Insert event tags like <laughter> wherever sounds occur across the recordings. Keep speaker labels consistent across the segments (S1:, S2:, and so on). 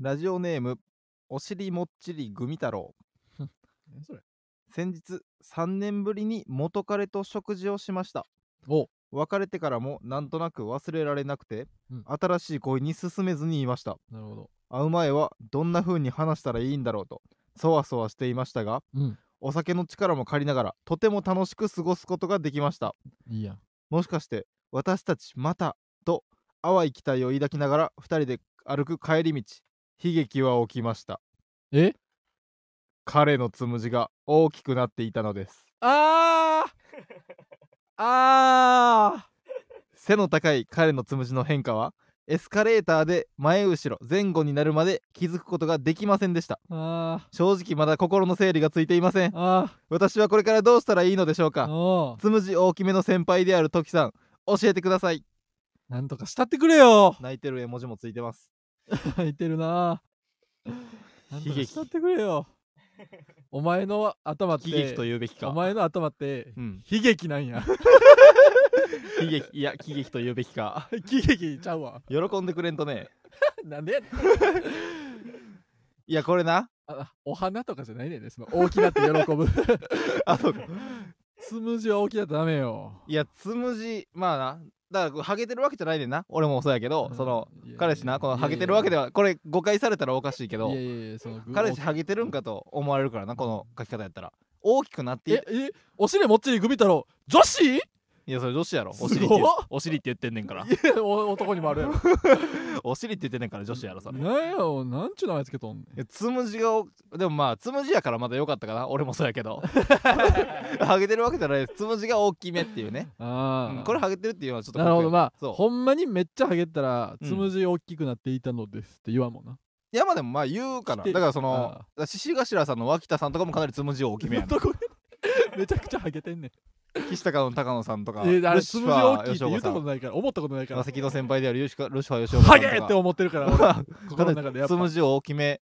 S1: ラジオネーム、おしりもっちりグミ太郎。
S2: それ。
S1: 先日、3年ぶりに元彼と食事をしました。
S2: お
S1: 別れてからもなんとなく忘れられなくて、
S2: うん
S1: 新しい恋に進めずにいました。
S2: なるほど。
S1: 会う前はどんな風に話したらいいんだろうと、そわそわしていましたが、
S2: うん。
S1: お酒の力も借りながら、とても楽しく過ごすことができました。
S2: いいやん。
S1: もしかして私たちまたと淡い期待を抱きながら2人で歩く帰り道悲劇は起きました
S2: え
S1: 彼のつむじが大きくなっていたのです
S2: あ
S1: <laughs>
S2: ああ
S1: 背の高い彼のつむじの変化はエスカレーターで前後ろ前後になるまで気づくことができませんでした
S2: ああ
S1: 正直まだ心の整理がついていません
S2: ああ
S1: 私はこれからどうしたらいいのでしょう
S2: あ
S1: か
S2: おう
S1: つむじ大きめの先輩である時さん教えてください
S2: なんとかしたってくれよ
S1: 泣いてる絵文字もついてます
S2: 泣いてるななんとか
S1: 劇
S2: したってくれよお前の頭って
S1: 悲劇というべきか
S2: お前の頭って
S1: うん
S2: 悲劇なんや <laughs>
S1: 喜劇いや喜劇と言うべきか <laughs>
S2: 悲劇ちゃうわ
S1: 喜んでくれんとね
S2: なんでやねん
S1: いやこれな
S2: あお花とかじゃないねんねその大きなって喜
S1: <laughs>
S2: ぶ
S1: あそうか
S2: つむじは大きだとダメよ
S1: いやつむじまあなだからこうハゲてるわけじゃないねんな俺もそうやけど、
S2: うん
S1: その
S2: いやいや
S1: 彼氏なこのハゲてるわけで
S2: は
S1: はこれ誤解されたらおかしいけど
S2: いやいやいやそのぐ
S1: 彼氏ハゲてるんかと思われるからなこの書き方やったら大きくなってい
S2: ええお尻もっちりグビ太郎女子 <laughs>
S1: いやそれ女子やろお
S2: す
S1: 尻って
S2: ごっ
S1: 言うお尻って言ってんねんから
S2: いやお男にもあるやろ
S1: お尻って言ってんねんから女子やろそれ
S2: なんやろなんちゅう名前つけとんねん
S1: いやつむじがおでもまあつむじやからまだ良かったかな俺もそうやけ
S2: <laughs>
S1: どハゲてるわけじゃないですつむじが大きめっていうね
S2: あー、
S1: うんこれハゲてるっていうのはちょっと
S2: なるほど
S1: ま
S2: まあ
S1: そう
S2: ほんまにめっちゃハゲったら
S1: うん
S2: つむじ大きくなっていたのですって言わんもんな、
S1: 山でもまあ言うかな
S2: 来て
S1: だからそ
S2: ああ
S1: のだから獅子頭さんの脇田さんとかもかなりつむじ大きめやん
S2: <laughs> どこめちゃくちゃハゲ
S1: <laughs>
S2: てんねん
S1: 岸高の高野さんとか、
S2: えーあ
S1: ル
S2: れ
S1: シ
S2: つ
S1: フ
S2: むじ
S1: ァー
S2: 大きいって
S1: 吉
S2: 言
S1: 岡
S2: っ
S1: さ
S2: たこと
S1: ん
S2: ないから思ったことないから
S1: <laughs> 馬
S2: ハ
S1: 関の先輩であるルシファルシファー吉岡さん
S2: ゲって
S1: とか
S2: 思ってるから俺心の中でやっ
S1: つ
S2: ぱ
S1: むじ大きめ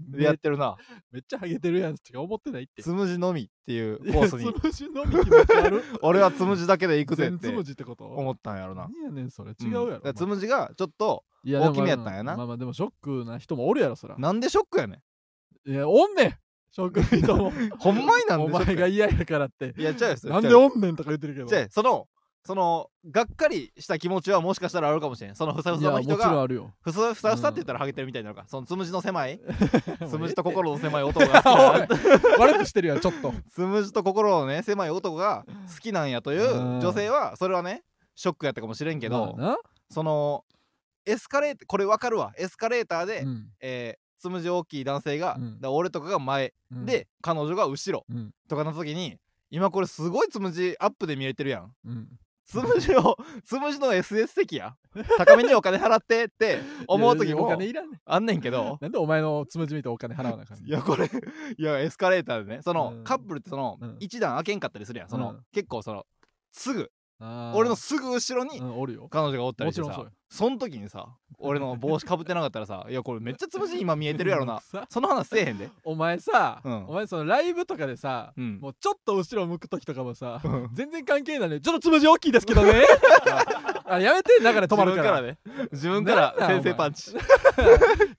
S1: でやっ
S2: め
S1: てるな
S2: めっちゃハゲてるやんしか思ってないって
S1: つむじのみっていう
S2: <laughs> いや
S1: コースに
S2: つむじのみ気持ち悪
S1: 俺はつむじだけで行くぜっ
S2: 全つ
S1: て
S2: むじってこと
S1: 思ったんやろな
S2: 何やねんそれ
S1: ん
S2: 違うやろ、
S1: だからつむじがちょっと
S2: いや
S1: 大きめやったんやな
S2: でもまあまあでもショックな人もおるやろそら
S1: なんでショックやね
S2: いやおんねんショックな人も
S1: ん <laughs> ほんまになんで
S2: お
S1: ショック
S2: 前が嫌やからって
S1: いやちゃうよそれ
S2: なん
S1: ちゃ
S2: で
S1: うよ
S2: おんねんとか言ってるけど
S1: じゃあそのそのがっかりした気持ちはもしかしたらあるかもしれんそのふさふ
S2: い
S1: さ
S2: や
S1: の
S2: もち
S1: 人
S2: ろ
S1: が
S2: ん
S1: <laughs>
S2: あるよ
S1: ふさふさふさって言ったらハゲてるみたいになのか、そのつむじの狭
S2: <laughs>
S1: いつむじと心の狭い男が好き
S2: おい
S1: な
S2: <laughs> 悪くしてるやんちょっと
S1: <laughs> つむじと心のね狭い男が好きなんやという
S2: うん
S1: 女性はそれはねショックやったかもしれんけど、
S2: まあ
S1: そのエスカレーターこれわかるわエスカレーターで、
S2: なうん
S1: えーつむじ大きい男性が、
S2: うん
S1: だから俺とかが前、
S2: うん
S1: で彼女が後ろ
S2: うん
S1: とかの時に今これすごいつむじアップで見えてるやん
S2: うん
S1: つむじをつむじの SS 席や高めにお金払ってって思う時
S2: いや
S1: も
S2: お金いらんねん
S1: あんねんけど
S2: なんでお前のつむじ見てお金払わなあかんねん
S1: いやこれいやエスカレーターでねその、
S2: うん
S1: カップルってその、
S2: うん
S1: 一段開けんかったりするやんその、
S2: うん
S1: 結構そのすぐ
S2: あー
S1: 俺のすぐ後ろに
S2: うんおるよ
S1: 彼女がおったりして
S2: もちろ
S1: さ
S2: んそうよ
S1: その時にさ俺の帽子かぶってなかったら
S2: <laughs>
S1: さいやこれめっちゃつむじ今見えてるやろな
S2: さ
S1: その話せえへんで
S2: お前さ
S1: うん
S2: お前そのライブとかでさ
S1: うん
S2: もうちょっと後ろ向く時とかもさ
S1: うん
S2: 全然関係ないねちょっとつむじ大きいですけ
S1: <laughs>
S2: どねあやめて中で止まるから
S1: 自分からね自分から
S2: なんなん
S1: 先生パンチ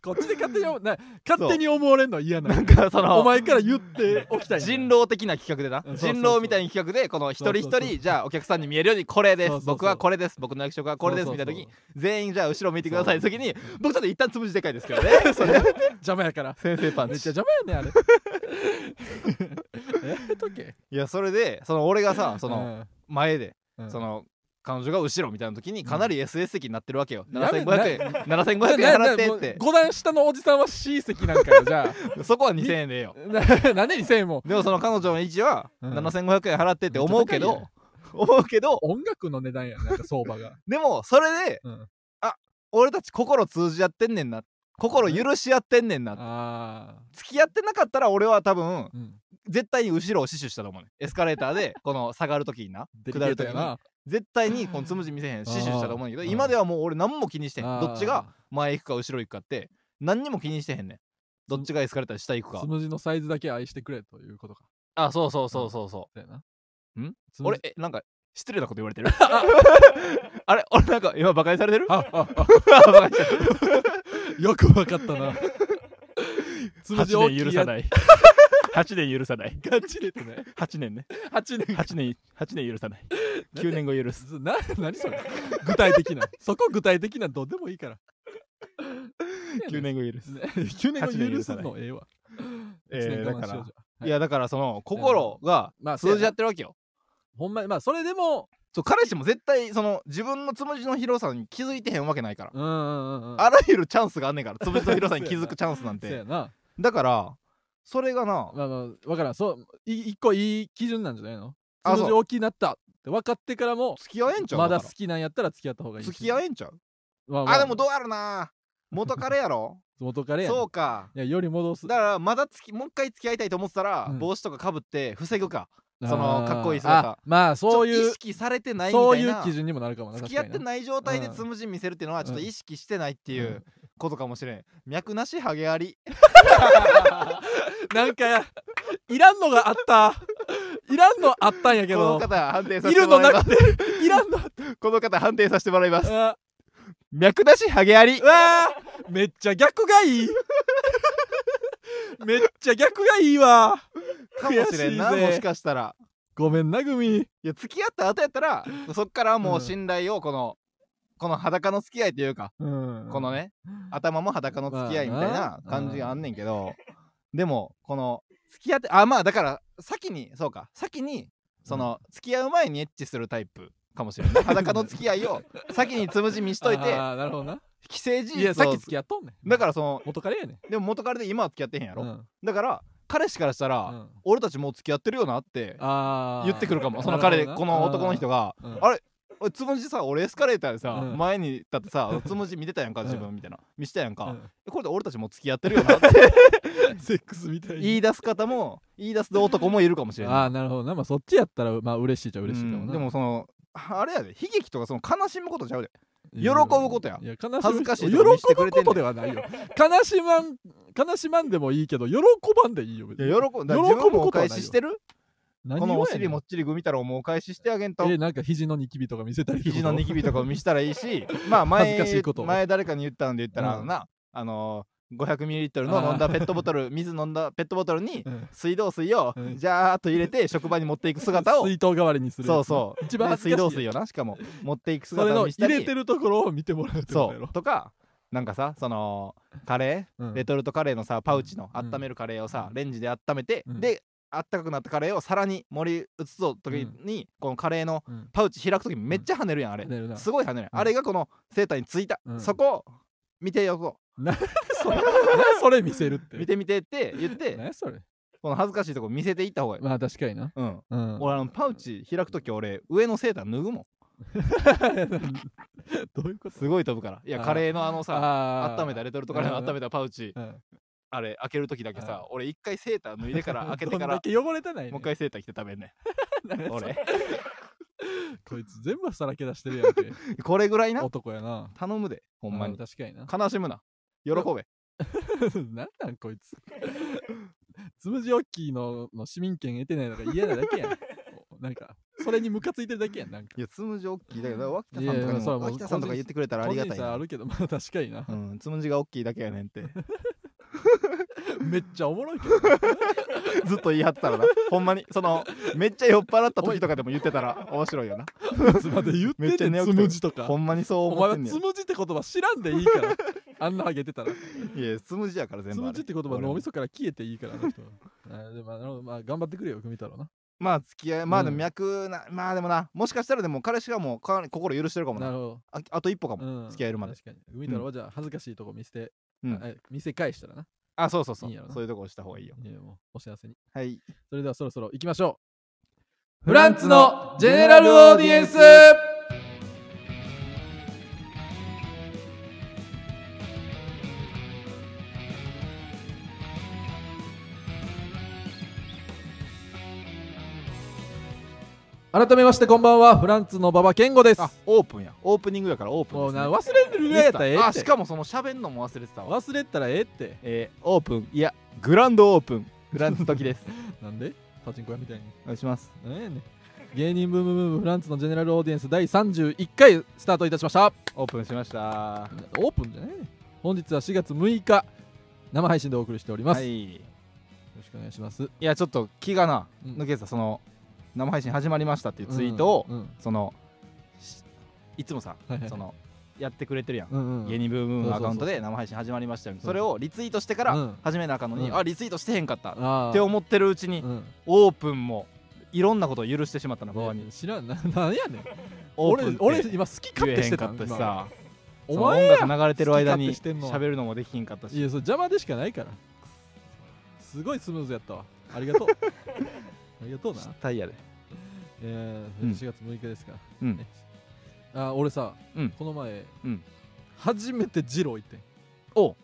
S2: こっちで勝手に思な勝手に思われるのは嫌 <laughs> な
S1: な
S2: の
S1: んかそ
S2: お
S1: の
S2: 前から言っておきたい
S1: 人狼的な企画でな
S2: うんそうそうそう
S1: 人狼みたいな企画でこの一人
S2: そ
S1: 一
S2: うそうそう
S1: 人じゃあお客さんに見えるようにこれです
S2: そうそうそう
S1: 僕はこれです僕の役職はこれですみたいな時に全員じゃあ後ろ見てくださいの時に僕ちょっと一旦つむじでかいですけどね <laughs> それ
S2: 邪魔やから
S1: 先生パン
S2: めっち
S1: チ
S2: ゃ邪魔や
S1: <laughs>
S2: ねあれ <laughs> やめとけ
S1: いやそれでその俺がさその
S2: の
S1: 前でそ
S2: そ
S1: の彼女が後ろみたいな時にかなり SS 席になってるわけよ
S2: やめ
S1: 7500円7500円 <laughs> 払ってって
S2: 5段下のおじさんは C 席なんかよ
S1: <laughs>
S2: じゃ
S1: そこは2000円でええよ
S2: あななんで2000円も
S1: でもその彼女の位置は
S2: うん
S1: 7500円払ってって思うけ
S2: めっち
S1: ど
S2: ゃ
S1: 思うけど
S2: 音楽の値段やんなんか相
S1: <laughs>
S2: 場が
S1: でもそれで
S2: うん
S1: あ俺たち心通じ合ってんねんな心許し合ってんねんな
S2: あ
S1: 付き合ってなかったら俺は多分
S2: ーうん
S1: 絶対に後ろを死守したと思うねんエスカレーター
S2: <laughs>
S1: でこの下がる時にな
S2: デリケ
S1: 下
S2: ー
S1: る
S2: ト
S1: 時
S2: や
S1: に
S2: な
S1: 絶対にこのつむじ見せへん死守したと思うんやけど
S2: あー
S1: 今ではもう俺何も気にしてへん
S2: あ
S1: ど
S2: ー
S1: っちが前行くか後ろ行くかって何にも気にしてへんねんどっちがエスカレーターで下行くか
S2: つむじのサイズだけ愛してくれということか
S1: あそうそうそうそうそ
S2: だよな
S1: うん
S2: つむじ
S1: う俺えなんか失礼なこと言われ
S2: <laughs>
S1: てるあれ <laughs> 俺なんか今バカにされ <laughs> てる
S2: あああ
S1: バカにされてる <laughs>
S2: よくわかったな。つむじ
S3: 8
S2: 大き
S3: 年
S2: い
S3: 許
S2: や
S3: さ
S2: つ。
S3: ない。8年
S1: <laughs>
S3: 許さない。
S2: ガチでってね。
S3: 8年ね。
S1: <laughs>
S2: 八年。
S3: 8年、八年許さない。
S2: で
S3: 9年後許す。
S2: な何それ具体的な。そこ具体的などうでもいいから。
S3: 9年後許す。
S2: 9年
S3: 八年
S2: 後
S3: 許
S2: 許す
S3: さない
S2: のええわ。
S1: え
S2: 一
S1: ー
S2: 年
S1: だ
S2: 我慢
S1: か
S2: し
S1: ら
S2: ようじゃはい
S1: いやだからその心が
S2: まあ
S1: 通じ合ってるわけよ
S2: ほんまにまあそれでも
S1: そう彼氏も絶対その自分のつむじの広さに気づいてへんわけないから
S2: うんうんうんうん
S1: あらゆるチャンスがあんねん
S2: <laughs>
S1: からつむじの広さに気づくチャンスなん
S2: そうや
S1: て
S2: な
S1: だからそれがな
S2: まあまあ分からんそうい一個いい基準なんじゃないの
S1: あ
S2: つむじ
S1: そう
S2: 大きになったって分かってからも
S1: 付き合えんちゃう
S2: まだ
S1: だか
S2: 好きなんやったら付き合った方が
S1: ら
S2: いい
S1: 付き合
S2: え
S1: えんちゃう
S2: まあまあ
S1: あでもどうやるな元彼やろ
S2: 元からやん
S1: そうか
S2: いやより戻す
S1: だからまだつきもう一回付き合いたいと思ってたら、
S2: うん
S1: 帽子とかかぶって防ぐか
S2: あー
S1: そのかっこいい姿
S2: あまあそう
S1: ちょっ
S2: い
S1: と
S2: う
S1: 意識されてないみたいな
S2: そういう基準にもなるかもな
S1: 付き合って
S2: いっ
S1: ない状態で
S2: うん
S1: つむじ見せるっていうのはちょっと
S2: うん
S1: 意識してないって
S2: て
S1: いうことかもしれん脈なしハゲあり
S2: なんかいらんのがあったいらんのあったんやけ
S1: この
S2: ど
S1: 方判定さ
S2: い
S1: せて
S2: る
S1: も
S2: の
S1: らい
S2: な
S1: ま
S2: く
S1: す
S2: ていらんのあっ
S1: この方判定させてもらい
S2: <laughs>
S1: ます <laughs>
S2: た
S1: 脈なしハゲあり
S2: うわーめっちゃ逆がいい <laughs> めっちゃ逆がいいわ
S1: かもしれんな
S2: 悔しいぜ
S1: もしかしたら
S2: ごめんなグミ
S1: いや付き合った後やったらそっからはもううん信頼をこの、この裸の付き合いというか、
S2: うん
S1: このね頭も裸の付き合いみたいな感じがあんねんけど、でもこの付き合ってあまあだから先にそうか先にその、付き合う前にエッチするタイプかもしれない裸の付き合いを先につむじ見しといて
S2: あーなるほどな
S1: 既成事
S2: いや
S1: 実
S2: さっ
S1: を
S2: き付き合っとんねん
S1: だからその
S2: 元カレやねん
S1: でも元彼で今は付き合ってへんやろ、
S2: うん
S1: だから彼氏からしたら、
S2: うん
S1: 俺たちもう付き合ってるよなって
S2: あー
S1: 言ってくるかもその
S2: な
S1: 彼
S2: るほどな
S1: この男の人が
S2: うん
S1: あ「おいつむじさ俺エスカレーターでさ、
S2: うん
S1: 前に立ってさつむじ見てたやんか
S2: うん
S1: 自分」みたいな見してたやんか、
S2: う
S1: え
S2: ん
S1: これで俺たちもう付き合ってるよ <laughs> なって
S2: セックスみた
S1: 言
S2: いに
S1: い出す方も言い出す男もいるかもしれ
S2: あ
S1: な
S2: あ
S1: い
S2: なるほどなまあそっちやったらまあ嬉しいじゃ嬉しいかも
S1: うん
S2: な
S1: でもそのあれやで悲劇とかその悲しむことちゃうで
S2: い
S1: 喜
S2: や
S1: ぶことや
S2: いや悲しむ
S1: 恥ずかしい
S2: 喜
S1: とこ見せてく
S2: ぶ
S1: れてんねん
S2: ことではないよ悲しまん悲しまんでもいいけど喜ばんでいいよ別
S1: い
S2: に
S1: や喜ぶだから
S2: 喜
S1: 自
S2: ぶ
S1: 分もお
S2: こと
S1: 返
S2: はないよ
S1: ししてる
S2: 何
S1: このお
S2: をやね
S1: 尻
S2: ん
S1: もっちり組みたらもうお返ししてあげんと
S2: えなんか肘のニキビとか見せたりってこと
S1: <laughs> 肘のニキビとかを見したらいい <laughs> しまあ前
S2: 恥ずかしいことを
S1: 前誰かに言ったんで言ったら、
S2: うん
S1: なあのー、500ml の飲んだペットボト <laughs> ル水飲んだペットボトルに
S2: うん
S1: 水道水を
S2: うん
S1: ジャーっと入れて職場に持っていく姿を
S2: 水筒代わりにする
S1: そうそう
S2: 一番
S1: で
S2: 恥ずかしい
S1: 水道水をなしかも持っていく
S2: うそれ
S1: 姿を
S2: の
S1: 見した
S2: 入
S1: り
S2: れてるところを見てもらうってこと
S1: そ
S2: や
S1: う
S2: ろ
S1: とかなんかさそのカレ
S2: う
S1: ー
S2: ん
S1: レトルトカレーのさパウチの
S2: うん
S1: 温めるカレーをさレンジで温めて、
S2: うん
S1: であったかくなったカレーを皿に盛り移す時に、このカレーの
S2: うん
S1: パウチ開く時めっちゃ跳ねるやんあれ、
S2: なるな
S1: すごい跳ねる、
S2: うん
S1: あれがこのセーターについた、
S2: うん
S1: そこを見てよこ
S2: それ何 <laughs> それ見せるって
S1: 見て見てって言って
S2: 何それ
S1: この恥ずかしいとこ見せていった方がいい、
S2: まあ確かにな
S1: うん、
S2: うん <laughs> ど
S1: 俺あのパウチ開く時俺上のセーター脱ぐもん
S2: ういうこと
S1: すごい飛ぶからいや
S2: あー
S1: カレーのあのさ
S2: あー
S1: 温めたレトルトカレーの温めたパウチ
S2: うん
S1: あれ開ける時だけさ俺一回セーター脱いでから開けて
S2: ど
S1: か
S2: ん
S1: ら
S2: だけ汚れてないねん
S1: もう一
S2: <laughs>
S1: 回セーター着て食べんね
S2: 何
S1: ん
S2: それ
S1: 俺
S2: こいつ全部さらけ出してるやんけ
S1: <laughs> これぐ <laughs> らいな
S2: 男やな
S1: 頼むでほんまに
S2: あ確かにな <laughs>
S1: 悲しむな喜べ
S2: なんなんこいつつむじおっきいのの市民権得てないのが嫌なだけやん
S1: <laughs>
S2: おなんかそれにムカついてるだけやんなんか
S1: いやつむじ大きいだけど脇田さん
S2: いやいや
S1: と
S2: そ
S1: かに
S2: れは
S1: も
S2: もう
S1: 脇田さんとか言ってくれたらありがたい
S2: 個人差あ
S1: な
S2: るけどまあ確か
S1: <laughs>
S2: にな
S1: うんつむじが大きいだけやねん <laughs> って
S2: めっちゃおもろいけどな
S1: ずっと言い張ってたらなほんまにそのめっちゃ酔っ払った時とかでも言ってたら面白いよない
S2: つまで言っ
S1: めっちゃ
S2: てんね
S1: 寝
S2: ん
S1: 起
S2: つ
S1: きとる
S2: むじとか
S1: ほんまにそう
S2: お
S1: 思
S2: 前
S1: っ
S2: は
S1: てんね
S2: つむじって言葉知らんでい
S1: <laughs>
S2: いからあんなハゲてたら
S1: んいやつむじやから全
S2: つ
S1: 部あ
S2: む
S1: れ
S2: じって言葉
S1: 俺も
S2: 脳みそから消えていいからあの人はあーでもなるほどまあ頑張ってくれよ組太郎な
S1: まあ付き合いまあでも
S2: うん
S1: 脈な、まあでもなもしかしたらでも彼氏がもうかなり心許してるかもな
S2: なるほ
S1: ああと一歩かも、
S2: ど、うん、
S1: 付き合えるまで
S2: 確かに組太郎はじゃあ恥ずかしいとこ見せて、
S1: うん
S2: あえ見せ返したらな
S1: あそうそうそう
S2: いいやろな
S1: そういうとこした方がいいよ
S2: いやもうお幸せに
S1: はい
S2: それではそろそろ行きましょう
S1: フランツのジェネラルオーディエンス
S2: 改めましてこんばんはフランツの馬場健吾です
S1: あオープンやオープニングやからオープン
S2: も
S1: で
S2: う
S1: す、ね、
S2: な忘れるぐらいやったらええ
S1: あ
S2: って
S1: しかもその喋んのも忘れてたわ
S2: 忘れたらええって
S1: えー、オープンいや
S2: <laughs>
S1: グランドオープンフランス時です
S2: なんでパチンコ屋みたいに
S1: お願いします
S2: なんやねん芸人ブームブームフランツのジェネラルオーディエンス第31回スタートいたしました
S1: オープンしました
S2: オープンじゃないね本日は4月6日生配信でお送りしております、
S1: は
S2: よ
S1: いい
S2: ろしくお願いします
S1: やちょっと気がな
S2: うん
S1: 抜けてたその生配信始まりましたっていうツイートを、
S2: うんうん
S1: そのしいつもさ
S2: はいはい
S1: そのやってくれてるやん、
S2: うんうん
S1: 芸人ブームブームのアカウント
S2: そうそうそう
S1: で生配信始まりましたよ、それをリツイートしてから
S2: うん
S1: 始めなあかんのに、
S2: うん
S1: あリツイートしてへんかったっ
S2: あー
S1: て思ってるうちに、
S2: うん
S1: オープンもいろんなことを許してしまったの側に、
S2: 知らんな <laughs> なんやねん
S1: オー
S2: 俺
S1: プンって
S2: 俺今好き勝
S1: 言
S2: 手
S1: え
S2: し
S1: へ
S2: て
S1: ん
S2: た
S1: か
S2: ん
S1: ったし
S2: 今
S1: さ
S2: お
S1: その
S2: 前
S1: 音
S2: や
S1: 楽流れてる間
S2: 好き勝手
S1: に
S2: してんの
S1: 喋るのもできひんかった
S2: い
S1: し
S2: やそれ邪魔でしかないからすごいスムーズやったわありがとう
S1: <laughs>
S2: ありがとうな、
S1: タイヤで
S2: えー
S1: うん
S2: 4月6日ですから、
S1: うん
S2: ねあ俺さ、
S1: うん
S2: この前、
S1: うん
S2: 初めてジロー行ってん
S1: おう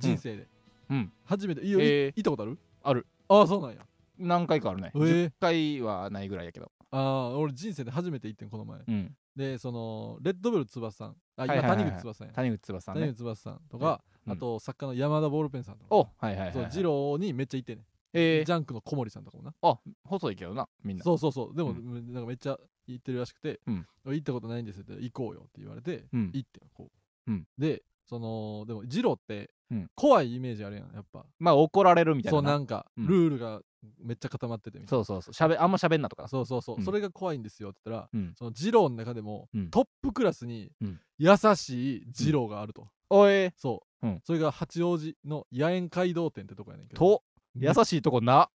S2: 人生で、
S1: うん
S2: 初めていやい
S1: へー
S2: 行ったことある
S1: ある
S2: ああそうなんや
S1: 何回かあるね、
S2: へえ
S1: 10回はないぐらいやけど
S2: ああ俺人生で初めて行ってんこの前
S1: うん
S2: でそのレッドブル翼さんあ
S1: は
S2: 今
S1: いはいはいはい
S2: 谷口翼さんや
S1: 谷口翼さん
S2: 谷
S1: ね
S2: 口翼さんとか、
S1: うん
S2: あと作家の山田ボールペンさんとか
S1: おはいはいはい、はい、
S2: そうジローにめっちゃ行ってんねん
S1: え
S2: ジャンクの小森さんとかもな
S1: ー、細いけどなみんな
S2: そうそうそうでも、
S1: うん
S2: うんなんかめっちゃ行ってるらしくて、
S1: うん
S2: 行ったことないんですよって行こうよって言われて、
S1: うん
S2: 行ってんこう、
S1: うん
S2: でそのでもジローって
S1: うん
S2: 怖いイメージあるやんやっぱ、
S1: まあ怒られるみたい
S2: そ
S1: な
S2: う
S1: な
S2: なんか、
S1: うん
S2: ルールがめっちゃ固まっててみたい
S1: そうそうそうしゃべあんましゃべんなと
S2: な
S1: か
S2: そうそうそう、
S1: うん
S2: それが怖いんですよって言ったら
S1: うん
S2: そのジローの中でも、
S1: うん
S2: トップクラスに
S1: うん
S2: 優しいジローがあると、
S1: おい
S2: そう、
S1: うん
S2: それが八王子の野苑街道店ってとこやねんけど
S1: と優しいとこな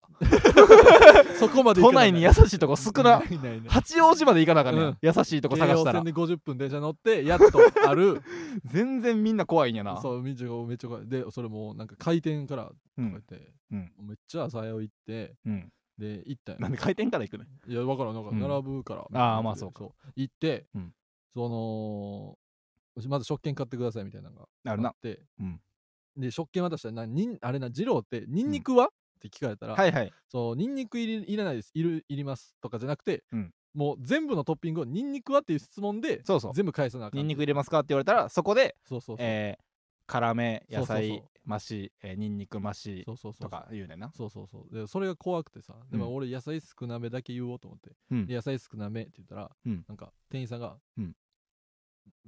S2: そこまで
S1: 都
S2: 行かな
S1: 内に優しいとこ少な
S2: ないないない
S1: 八王子まで行かなあかんねん、
S2: うん
S1: 優しいとこ探した
S2: 京
S1: ら
S2: 王線で50分電車乗ってやっとある
S1: 全然みんな怖いんやな
S2: そうめっちゃめっちゃ怖いでそれもなんか開店からとか
S1: う
S2: 言っ
S1: ん
S2: て、
S1: うん
S2: めっちゃ朝早う行って
S1: うん、
S2: で行ったん
S1: な
S2: よ
S1: んで回転から行くね
S2: いやわからんなんか
S1: うん
S2: 並ぶから、
S1: あーまあそうか
S2: 行って、
S1: うん
S2: そのまず食券買ってくださいみたいなのが
S1: んある
S2: あ
S1: な
S2: って、
S1: うん
S2: で食券渡したらなにんあれな二郎ってニンニクは、って聞かれたら、
S1: はいはい
S2: そうニンニクいりいらないですいるいりますとかじゃなくて、
S1: うん
S2: もう全部のトッピングをニンニクはっていう質問で
S1: そうそう
S2: 全部返さなあかん
S1: ニンニク入れますかって言われたらそこで
S2: そうそうそう、
S1: えー辛め野
S2: そうそう
S1: 菜
S2: そ
S1: 増しえーニンニク増し
S2: そうそうそう
S1: とか言うねんな
S2: そうそうそうでそれが怖くてさで
S1: う
S2: も俺野菜少なめだけ言おうと思って、
S1: うん
S2: で野菜少なめって言ったら、
S1: うん
S2: なんか店員さんが、
S1: うん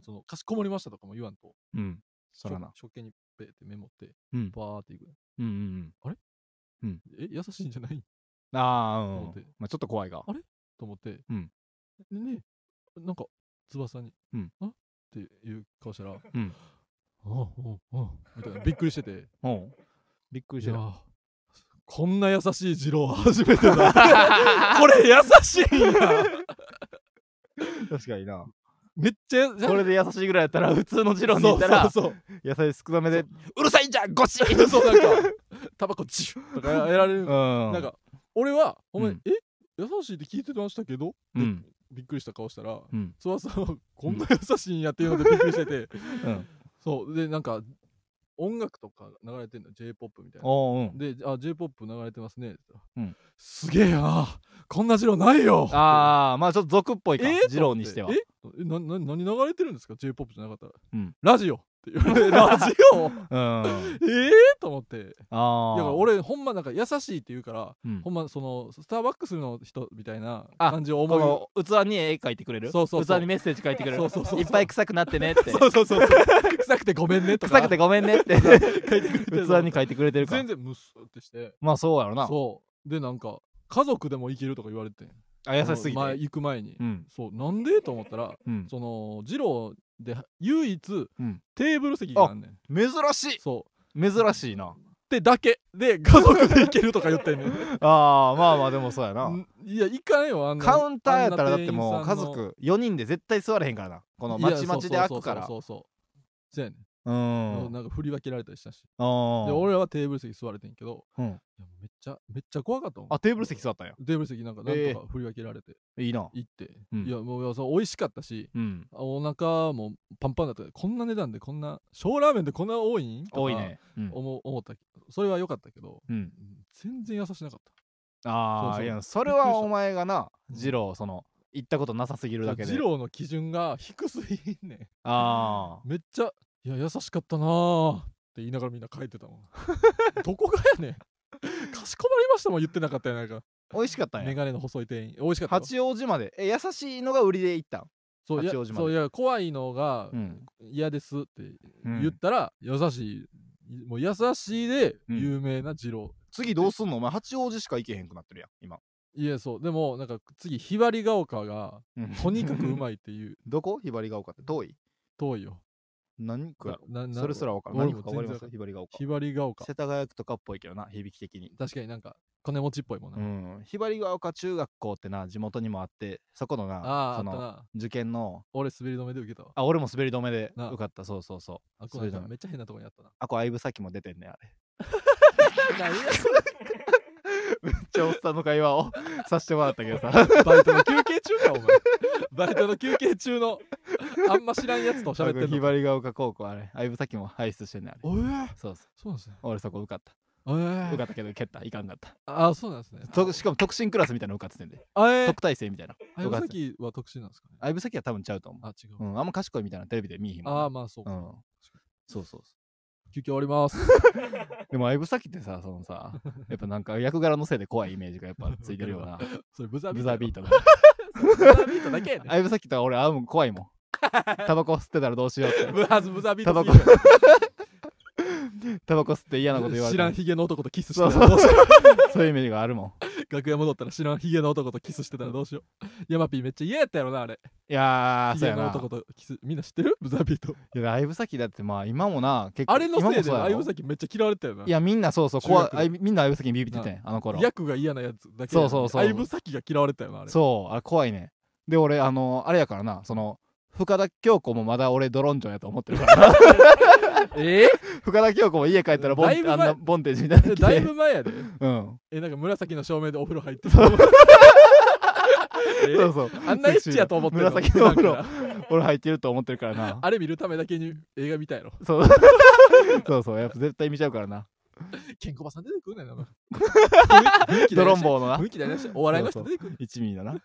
S2: そのかしこまりましたとかも言わんと
S1: うんそらな
S2: 食食券にペってメモって、
S1: うん
S2: バーっていく
S1: うんうんうん
S2: え優しいんじゃない
S1: ああうん
S2: そうで、
S1: まあ、ちょっと怖いが
S2: あと思って、
S1: うん
S2: でねなんか翼に「
S1: うん
S2: あっていう顔したら「
S1: うん
S2: あおうおうみたいなびっくりしてて
S1: おうびっくり
S2: い
S1: して
S2: や
S1: た
S2: ーこんな優しい二郎初め
S1: <laughs>
S2: てだこれ優しいんや
S1: 確かにな
S2: めっちゃ
S1: これで優しいぐらいやったら普通のジローに行ったら
S2: そうそう
S1: 野菜少なめでうるさいんじゃんゴシッ
S2: そうそうなんかタバコチュッとかやられる、
S1: うん
S2: なんか俺は「お前、
S1: うん
S2: え優しいって聞いてましたけど?」
S1: う
S2: で
S1: ん
S2: びっくりした顔したら
S1: うん
S2: つわさんはこんな優しいんやっていうのでびっくりしてて、
S1: うん
S2: そうでなんか音楽とか流れてんの j p o p みたいな。
S1: おううん
S2: で、あ、J-POP 流れてますね。
S1: うん
S2: すげえよな。こんなジローないよ。
S1: ああまあちょっと俗っぽいか、
S2: えー
S1: ジローにしては
S2: ええなな何流れてるんですか ?J-POP じゃなかったら。
S1: うん
S2: ラジオって言
S1: <laughs>
S2: われてラジオ
S1: うんあ
S2: <laughs> ええと思って。
S1: あ
S2: だから俺ほんまなんか優しいって言うから、
S1: うん
S2: ほんまそのスターバックスの人みたいな
S1: あ
S2: 感じを思い
S1: この器に絵描いてくれる
S2: そうそうそう
S1: 器にメッセージ書いてくれる
S2: そうそうそう
S1: いっぱい臭くなってねって
S2: <laughs> そうそう
S1: <laughs>
S2: そうそう臭くてごめんねとか
S1: 臭くてごめんね
S2: <laughs>
S1: って <laughs> 器
S2: 書いてくれてる
S1: に書いてくれてるから
S2: 全然ムスってして
S1: まあそうやろな
S2: そうでなんか家族でも行けるとか言われてん
S1: あ優しすぎ
S2: その前
S1: て
S2: 行く前に、
S1: うん
S2: そうなんでと思ったら
S1: うん
S2: その二郎で唯一、
S1: うん
S2: テーブル席があんねん
S1: 珍しい
S2: そう
S1: 珍しいな
S2: ってだけで家族で行けるとか言ってんねん
S1: ああま <laughs> あまあでもそうやなん
S2: いや行かんよあんな
S1: カウンターやったら
S2: あ
S1: だっ
S2: んな
S1: てもう
S2: 店
S1: 家
S2: 員さんの
S1: 族4人で絶対座れへんからなこの
S2: いや
S1: まちまちで開くから
S2: そうそうそうそうそうそうやね、
S1: うんん
S2: なんか振り分けられたりしたし
S1: あ
S2: で
S1: ー
S2: 俺らはテーブル席座れてんけど、
S1: うん
S2: いやめっちゃめっちゃ怖かったもん
S1: あテーブル席座ったんや
S2: テーブル席なんかなんとか振り分けられて
S1: いいな
S2: 行って、
S1: うん
S2: いやもういやそう美味しかったし
S1: うん
S2: お腹もパンパンだったけどこんな値段でこんな小ラーメンでこんな多いんとか
S1: 多いねうん
S2: 思思ったそれは良かったけど
S1: うん
S2: 全然優しくなかっ
S1: あ
S2: そうそ
S1: あ
S2: う
S1: いやそれ
S2: びっく
S1: は
S2: りした
S1: お前がな
S2: うん
S1: 二郎その行ったことなさすぎるだ
S2: た
S1: けで
S2: 二郎の基準が低すぎんねん
S1: ああ
S2: めっちゃ「いや優しかったなあ」って言い
S1: <laughs>
S2: ながらみんな書いてたもんどこがやねんかしこまりましたもん言ってなかったやないか
S1: 美味しかったん
S2: メ
S1: や
S2: ガネの細い店員美味しかったよ
S1: 八王子までえ優しいのが売りで行ったん
S2: そういや
S1: 八王子まで
S2: そういや怖いのが
S1: うん
S2: 嫌ですって
S1: うん
S2: 言ったら、優しいもう優しいで有名な二郎、
S1: 次どうすんのお前八王子しか行けへんくなってるやん今
S2: いやそうでもなんか次ひばりが丘が
S1: うん
S2: とにかくうまいっていう
S1: <laughs> どこひばりが丘って遠い
S2: 遠
S1: <laughs>
S2: いよ
S1: 何区やろ
S2: なな
S1: それすら分からん
S2: 俺
S1: 何
S2: も
S1: 区か分かりま
S2: 全然
S1: すひばりが丘
S2: ひばりが丘
S1: 世田谷区とかっぽいけどな響き的に
S2: 確かになんか金持ちっぽいもんな、
S1: うんひばりが丘中学校ってな地元にもあってそこの
S2: あ
S1: な
S2: ああ
S1: そ
S2: った
S1: の
S2: な
S1: 受験の
S2: 俺滑り止めで受けたわ
S1: あ俺も滑り止めで
S2: な
S1: 受かったそうそうそう
S2: あこうな
S1: 滑り
S2: んか
S1: 止め
S2: めっちゃ変なとこにあったな
S1: あこう相武咲も出てんね <laughs> あれ
S2: 何や
S1: めっちゃおっさんの会話 <laughs> をさせてもらったけどさ
S2: バイトの休憩中かお
S1: <laughs>
S2: 前バイトの休憩中のあんま知らんやつと喋っ
S1: あ
S2: て
S1: の
S2: ん
S1: ひ
S2: の
S1: ばりが丘高校あれ相武咲も輩出してんねあれ
S2: おえー、
S1: そうそう
S2: そうなんですね
S1: 俺そこ受かった <laughs>
S2: えー
S1: 受かったけど蹴ったいかんかった
S2: ああそうなんですね
S1: としか <laughs> も特進クラスみたいなの受かっててん <laughs> で
S2: あえー
S1: 特待生みたいな
S2: あ
S1: よか
S2: 山
S1: った
S2: 崎は特殊なんですかね
S1: 相武咲は多分ちゃうと思
S2: あ違う、
S1: ううんあんま賢いみたいなテレビで見えひんもんな
S2: ああまあそうか、
S1: うんそうそうそう
S2: 休憩終わります
S1: <laughs> でも相武咲ってさそのさやっぱなんか役柄のせいで怖いイメージがやっぱついてるよ <laughs> うな
S2: それブザービ
S1: ブ
S2: ー
S1: ザー
S2: ト
S1: ビートの
S2: ブザービートだけや
S1: <laughs>
S2: ね
S1: 相武咲とは俺会うもん怖いもんタバコ吸ってたらどうしようって
S2: <laughs> ブラズブザービー
S1: タ
S2: ト
S1: バ
S2: す
S1: コ
S2: ぎる
S1: タバコ吸って嫌なこと言われ
S2: 知
S1: て
S2: らん
S1: も
S2: ヒゲの男とキスして
S1: そう
S2: た
S1: そ
S2: らど
S1: う
S2: うしよ
S1: そういうイメージがあるもん
S2: う楽屋戻ったら知らんヒゲの男とキスしてたらどうしようヤマピーめっちゃ嫌やったやろなあれ
S1: いやー
S2: ヒ
S1: そう
S2: ゲ
S1: や
S2: の
S1: な
S2: 男とキスみんな知ってるブザービート
S1: <laughs> いや相武咲だってまあ今もな結構
S2: あれのせいで
S1: 今もそうやろ
S2: 相武咲めっちゃ嫌われてたよない
S1: やみんなそうそう
S2: 中学
S1: 怖いあいみんな相武咲にビビっててんあの頃
S2: 役が嫌なやつだけ
S1: そうそうそう
S2: 相武咲が嫌われてたよなあれ
S1: そうあれ怖いねで俺あのあれやからなその深田恭子もまだ俺ドロンジョンやと思ってるからな
S2: <laughs> え
S1: 深田恭子も家帰ったらボン
S2: だいぶ
S1: あん
S2: 前
S1: なボンテージみたいなの着
S2: ー
S1: て
S2: だいぶ前やで
S1: うん
S2: えなんか紫の照明でお風呂入っ
S1: <laughs>
S2: てたえ
S1: そうそう
S2: あんなエッチやと思ってるの
S1: 紫のお風
S2: 普段
S1: 呂
S2: か
S1: 俺入ってると思ってるから
S2: ら
S1: な
S2: あれ見るためだけに映画見たいの
S1: そう <laughs> そうそうやっぱ絶対見ちゃうからな
S2: ケンコバさん出てくんねんなお前
S1: <laughs> ドロンボーのな
S2: 雰囲気だしお笑いの人出てくる
S1: 一味だな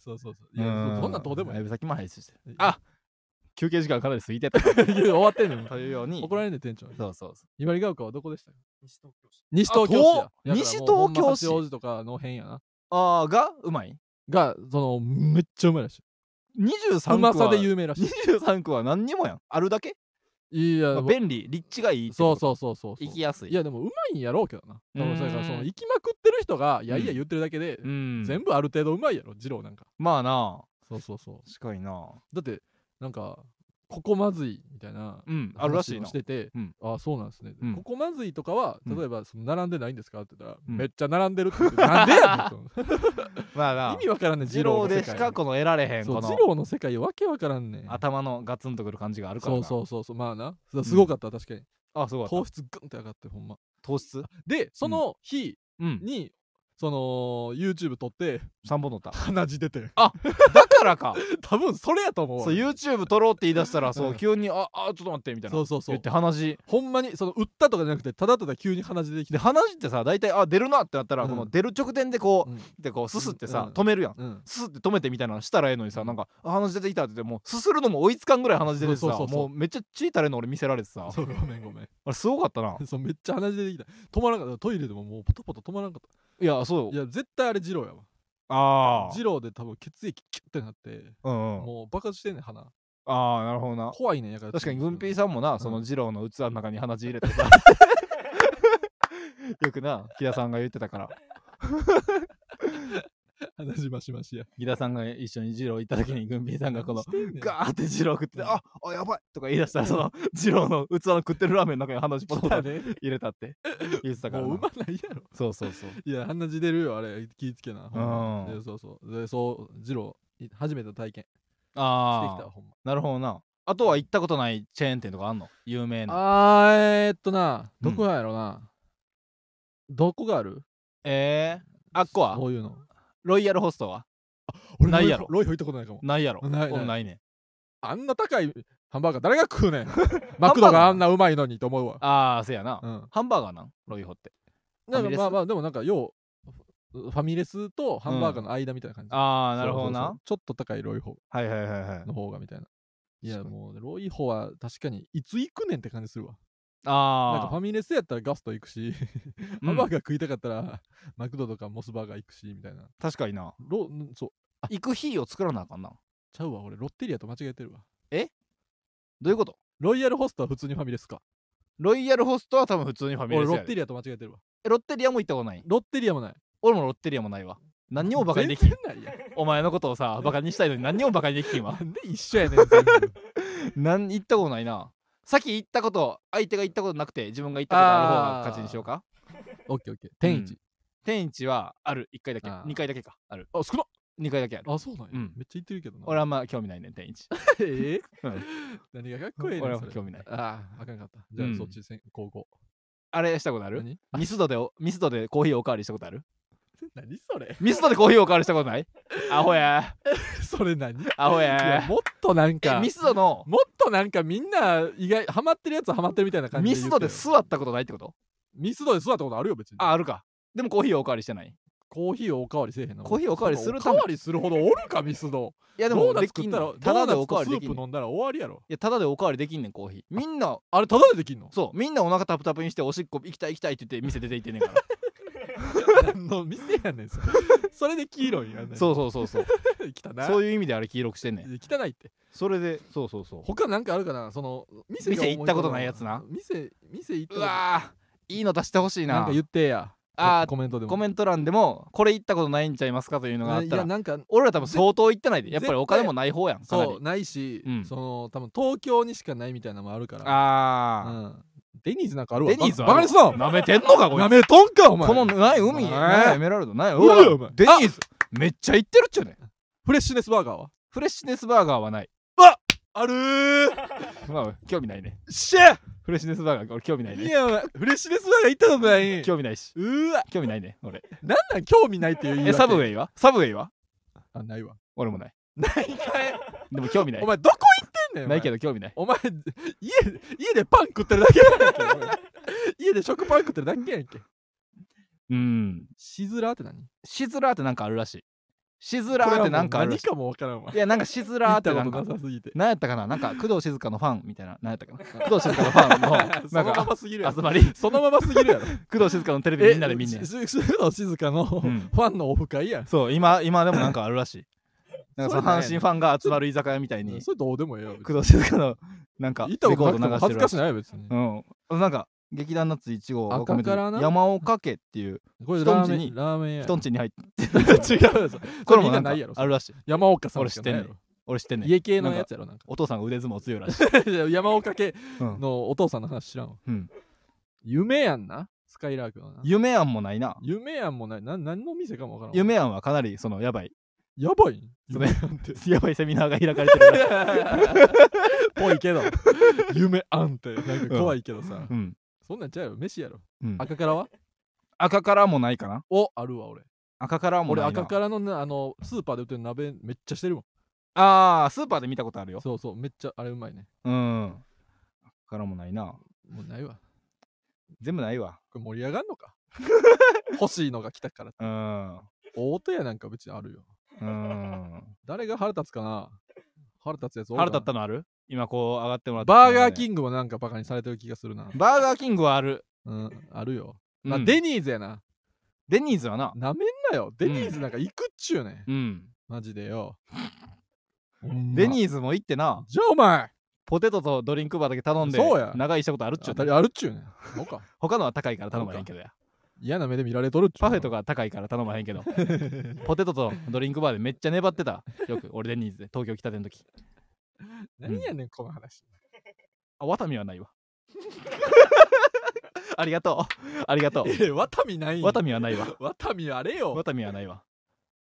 S2: そうそうそういやそそんなんどうでもいい
S1: だいぶ先も配信して
S2: いや
S1: あ休憩時間かなり過ぎてた
S2: いや終わってんねん
S1: というように
S2: 怒られんねん店長
S1: そうそうそ
S2: ひばりが丘はどこでした西東京
S1: あ遠
S2: 市や
S1: 西東
S2: だからもうほんま
S1: 京市
S2: 八王子とかの辺やな
S1: うああがうまい
S2: がそのめっちゃうまいらしい
S1: 23
S2: う
S1: 区
S2: まさ
S1: は
S2: で有名らしい
S1: 23区は何にもやんあるだけ、
S2: いや
S1: まあ
S2: ぼ
S1: 便利立地がいいって
S2: そ
S1: こ
S2: う
S1: と
S2: そうそうそうそう
S1: 行きやすい
S2: いやでもうまいんやろうけどな多分それから
S1: うーん
S2: その行きまくってる人がいやいや言ってるだけで、
S1: うん
S2: 全部ある程度うまいやろ二郎なんか
S1: まあな
S2: そうそうそう
S1: 確かにな
S2: だってなんかここまずいみたいな
S1: うんあるらしい
S2: 話を
S1: な
S2: してて、
S1: うん
S2: ああそうなんですね、
S1: うん
S2: ここまずいとかは
S1: うん
S2: 例えばその並んでないんですかって言ったら、
S1: うん
S2: めっちゃ並んでるって言ってなんでやねんと
S1: まあな
S2: 意味わからんねん
S1: 二
S2: 二郎
S1: 郎
S2: の世
S1: で
S2: 界
S1: しかこの得られへん
S2: そう
S1: こ
S2: 二
S1: の
S2: 郎の世界わけわからんねん
S1: 頭のガツンとくる感じがあるから
S2: そ
S1: な
S2: うそうそうそうまあなそうすごかった、確かに
S1: あすごい
S2: 糖質グンって上がってほんま
S1: 糖質
S2: でその日
S1: うん
S2: に、その YouTube 撮って
S1: 3本乗った
S2: 鼻血出て
S1: だからか
S2: 多分それやと思うわ
S1: そう YouTube 撮ろうって言い出したらそううん急に「ああちょっと待って」みたいな
S2: そうそうそ
S1: 言っ
S2: う
S1: て鼻血
S2: ほんまにその売ったとかじゃなくてただただ急に鼻血出てき
S1: で
S2: て、
S1: 鼻血ってさ大体あ出るなってなったら
S2: うん
S1: この出る直前でこ
S2: うん
S1: うでこうすすって
S2: うん
S1: さ止めるやん
S2: うん、
S1: すすって止めてみたいなのしたらええのにさなんかあ鼻血出てきたって言ってもうすするのも追いつかんぐらい鼻血出てさ
S2: そうそうそうそう
S1: もうめっちゃ血垂れんの俺見せられてさ
S2: そうごめんごめん
S1: あれすごかったな
S2: そうめっちゃ鼻血出てきた止まらんかったトイレでももうポトポト止まらんかっ
S1: いやそ
S2: たいうや絶対あれ二郎やわ
S1: あ
S2: 二郎で多分血液キュッてなって
S1: あうんうん
S2: もう爆発してんねん鼻
S1: ああなるほどな
S2: 怖いねんやから
S1: 確かに軍平さんもなその二郎の器の中に鼻血入れてさ <laughs> よくな木田さんが言ってたから
S2: 鼻血マシマシ
S1: <laughs>
S2: や
S1: 木田さんが一緒に二郎行った時に軍平さんがこの
S2: してんねん
S1: ガーって二郎食ってて、
S2: うん
S1: ああやばいとか言い出したら、その二郎の器の食ってるラーメンの中に鼻血ポトポト
S2: だね
S1: 入れた
S2: <laughs>
S1: って言ってたから
S2: も
S1: な。
S2: ううまないやろ
S1: そうそう
S2: <laughs>
S1: そう。
S2: いや鼻血出るよあれ気ぃつけなほんま
S1: うん
S2: いやそうそうでそう二郎い初めての体験してきた
S1: あ
S2: わほんま
S1: あ、なるほどな。あとは行ったことないチェーン店とかあんの有名な。
S2: あーえーっとな
S1: う
S2: ど
S1: ん
S2: こやろな、どこがある
S1: えー、あっこは
S2: そういうの
S1: ロイヤルホストは
S2: 俺
S1: ないやろ
S2: ロイホ行ったことないかも
S1: ないやろ。
S2: ないない
S1: 俺ないねん。
S2: あんな高いハンバーガー誰が食う
S1: <laughs>
S2: ねんマクドがあんなうまいのにと思うわ
S1: ああ、せやな。
S2: うん
S1: ハンバーガーなんロイホって。
S2: なん
S1: ファミ
S2: か
S1: レス
S2: まあまあでもなんかようファミレスとハンバーガーの間みたいな感じ、
S1: ああ、
S2: そう
S1: なるほどな。
S2: そうそうちょっと高いロイホ
S1: はいはいはいはい。
S2: の方がみたいないや
S1: 確かに
S2: もうロイホは確かにいつ行くねんって感じするわなんか
S1: あ
S2: ファミレスやったらガスト行くし、
S1: <laughs> うん
S2: ハンバーガー食いたかったらマクドとかモスバーガー行くしみたいな
S1: あ確かにな
S2: ロんそう
S1: 行く日を作らなあかんな
S2: ちゃうわ俺ロッテリアと間違えてるわ
S1: どういうこと
S2: ロイヤルホストは普通にファミレスか
S1: ロイヤルホストは多分普通にファミレ
S2: 俺
S1: ス
S2: ロ
S1: や
S2: ッテ
S1: で
S2: リアと間違えてるわ
S1: えロッテリアも行ったことない
S2: ロッテリアもない
S1: 俺もロッテリアもないわ何にもバカにでき <laughs> ん
S2: 全然ないやん
S1: お前のことをさバカにしたいのに何にもバカにできんわ
S2: なんで一緒やねん全部
S1: 何行ったことないなさっき行ったこと相手が行ったことなくて自分が行ったことある方が勝ちにしようか
S2: オッケーオッケー
S1: う
S2: 天一
S1: ん、天一はある1回だけ
S2: あー
S1: 2回だけかある
S2: あ少な
S1: 2回だけある
S2: あそうなんや、
S1: うん
S2: めっちゃ言ってるけどな
S1: 俺あんま興味ないねん天一
S2: <laughs> え
S1: <laughs> う
S2: 何がかっこいいねん
S1: 俺は
S2: それ
S1: 興味ない
S2: あああかんかったじゃあ、
S1: うん
S2: そっち先高校
S1: あれしたことある
S2: 何
S1: ミスドでおミスドでコーヒーおかわりしたことある
S2: 何それ
S1: ミスドでコーヒーおかわりしたことないアホや
S2: それ何い
S1: アホ
S2: や
S1: や
S2: もっとなん
S1: え
S2: か
S1: ミスドの
S2: もっとなんかみんな意外ハマってるやつはハマってるみたいな感じ
S1: ミ
S2: 言
S1: ス
S2: って
S1: ド
S2: よ
S1: で座ったことないってこと
S2: ミスドで座ったことあるよ別に
S1: ああるかでもコーヒーおかわりしてない
S2: コーヒーをおかわりせえへんの
S1: コーヒーおかわりするた
S2: お
S1: め
S2: かわりするほどおるかミスド
S1: いやで
S2: ド
S1: も
S2: ーナツ
S1: で
S2: 食
S1: き
S2: っ
S1: ん
S2: たら
S1: のただでおか
S2: ドー
S1: わ
S2: ナツ
S1: りで
S2: とス
S1: き
S2: ー
S1: ん
S2: プ
S1: の
S2: 飲んだら終わりやろ
S1: いやただでおかわりできんねんコーヒーみんな
S2: あれタダで
S1: <laughs>
S2: できんの
S1: そうみんなお腹タプタプにしておしっこ行きたい行きたいって言って店出て行ってんねんから
S2: 何の店やねんそれそれで黄色いや
S1: <laughs>
S2: ねん
S1: そうそうそうそう
S2: う汚い
S1: <laughs> そういう意味であれ黄色くしてんねん
S2: いや汚いって
S1: それでそうそうそう
S2: 他なんかあるかなその店が
S1: 店行ったことないやつな
S2: 店店行った
S1: う
S2: こと
S1: わーいいの出してほしいな
S2: なんか言ってや
S1: あー
S2: ココメントでも
S1: コメント欄でもこれ行ったことないんちゃいますかというのがあっ
S2: い
S1: た
S2: や
S1: ら
S2: なんか
S1: 俺ら多分相当行ってないでやっぱりお金
S2: 絶対
S1: もない方やんかなり
S2: そうないし、
S1: うん
S2: その多分東京にしかないみたいなのもあるからう
S1: あ
S2: ん、デニーズなんかある
S1: ー
S2: わ
S1: デニーズ
S2: バカにすな
S1: なめてんのかこい
S2: な
S1: つ
S2: めとんかお前
S1: このない海
S2: お前
S1: ないエメラルドないう
S2: わお
S1: わ
S2: 前
S1: デニーズめっちゃ行ってるっちゃね
S2: フレッシュネスバーガーは
S1: フレッシュネスバーガーはない
S2: あるー
S1: まあ興味ないね
S2: しゃ
S1: フレッシュネスバーガー俺興味ない
S2: い
S1: ね
S2: やお前フレッシュネスバーガー行ったことない
S1: 興味ないし
S2: うわ
S1: 興味ないね俺
S2: なんなん興味ないっていう言い
S1: えサブウェ
S2: イ
S1: イはサブウェイは
S2: あないわ
S1: 俺もないでも興味ない
S2: お前どこ行ってんねん
S1: ないけ
S2: ど
S1: ど興味ない
S2: お前家家でパン食ってるだけやんけお前家で食パン食ってるだけやんけ
S1: うん
S2: シズラーって何
S1: シズラーってなんかあるらしいシズラーってなんかあるら
S2: 何
S1: しい
S2: かもわからんわ
S1: いやなんかシズ
S2: 行
S1: ラー
S2: っ
S1: って
S2: たこ
S1: なん
S2: と
S1: か
S2: なさすぎて
S1: 何やったかななんか工藤静香のファンみたいな何やったか
S2: <laughs>
S1: な工藤静香のファンの
S2: そ
S1: な
S2: の
S1: ん
S2: ま
S1: か
S2: ますぎるやろ
S1: 集まり
S2: そのまますぎるやろ
S1: 工藤静香のテレビみんなで見んねん
S2: えしし静かのフ
S1: ん
S2: ァンのオフ会やん
S1: そう今今でもなんかあるら
S2: <laughs>
S1: しいなんかその阪神ファンが集まる居酒屋みたいに
S2: それどうでもええやろ別に
S1: 工藤静香のなんか
S2: 行
S1: レ
S2: った
S1: コ
S2: こ
S1: ー
S2: と
S1: ド
S2: なく
S1: 流してる
S2: ても恥ず
S1: ら
S2: か
S1: し
S2: し
S1: い
S2: ないよ別に
S1: うんなんか劇団ナッツ1号を込めて
S2: 赤からな
S1: 山岡家っていう
S2: これ
S1: 人
S2: ラ
S1: んち
S2: ーメン
S1: に
S2: ラーメンや
S1: 人んちに
S2: <laughs>
S1: 入って
S2: 違うやつ
S1: これもなん
S2: みん
S1: か
S2: なないやろ
S1: あるらしい
S2: 山岡さんしかないや
S1: 俺知ってん
S2: ろ
S1: 俺知ってんねん
S2: 家系のやつやろなんか
S1: お父さんが腕相撲強いらし
S2: <laughs>
S1: い
S2: 山岡家
S1: うん
S2: のお父さんの話知らんわ
S1: うん
S2: 夢やんなスカイラークのな
S1: 夢庵もないな
S2: 夢やんもないな何の店かもわからんわ
S1: 夢庵はかなりそのやばい
S2: やばいん
S1: その <laughs> やばいセミナーが開かれてる
S2: <laughs>
S1: らしい <laughs>
S2: ぽいけど夢あんってなんか怖いけどさ、
S1: うん
S2: そんなんちゃうよ飯やろ
S1: うん
S2: 赤からは
S1: 赤からもないかな
S2: おあるわ俺
S1: 赤からも
S2: 俺
S1: ないな
S2: 赤からのなあのスーパーで売ってる鍋めっちゃしてるもん
S1: ああスーパーで見たことあるよ
S2: そうそうめっちゃあれうまいね
S1: うん赤からもないな
S2: もうないわ
S1: 全部ないわ
S2: これ盛り上がんの
S1: <laughs>
S2: か欲しいのが来たから
S1: うん
S2: 大手やなんか別にあるよ <laughs>
S1: うん
S2: 誰が腹立つかな腹立つやつおるか
S1: 腹
S2: な
S1: 立ったのある今こう上がってもらって
S2: バーガーキ
S1: ン
S2: ングもなんかバカにされてる気がするな
S1: グバーガーキングはある、
S2: うんあるよ
S1: うん
S2: まあデニーズやな
S1: デニーズはな
S2: なめんなよデニーズなんか行くっちゅうねん
S1: うん
S2: マジでよ
S1: デ
S2: ーズ
S1: ニーズも行ってな
S2: じゃあお前
S1: ポテトとドリンクバーだけ頼んで
S2: そうや
S1: 長いしたことあるっちゅう
S2: 当た
S1: ね
S2: りあるっちゅうねんそうか
S1: 他のは高いから頼まへんけどや
S2: 嫌な目で見られとるっちゅう
S1: パフェとか高いから頼まへんけ
S2: <laughs>
S1: どポテトとドリンクバーでめっちゃ粘ってたよく俺デニーズで東京来たての時
S2: 何やねんこの話
S1: あワタミは
S2: <laughs>
S1: ないわありがとうありがと
S2: えワタミないうよ
S1: ワタミはないわ
S2: ワタミあれよ
S1: ワタミはないわ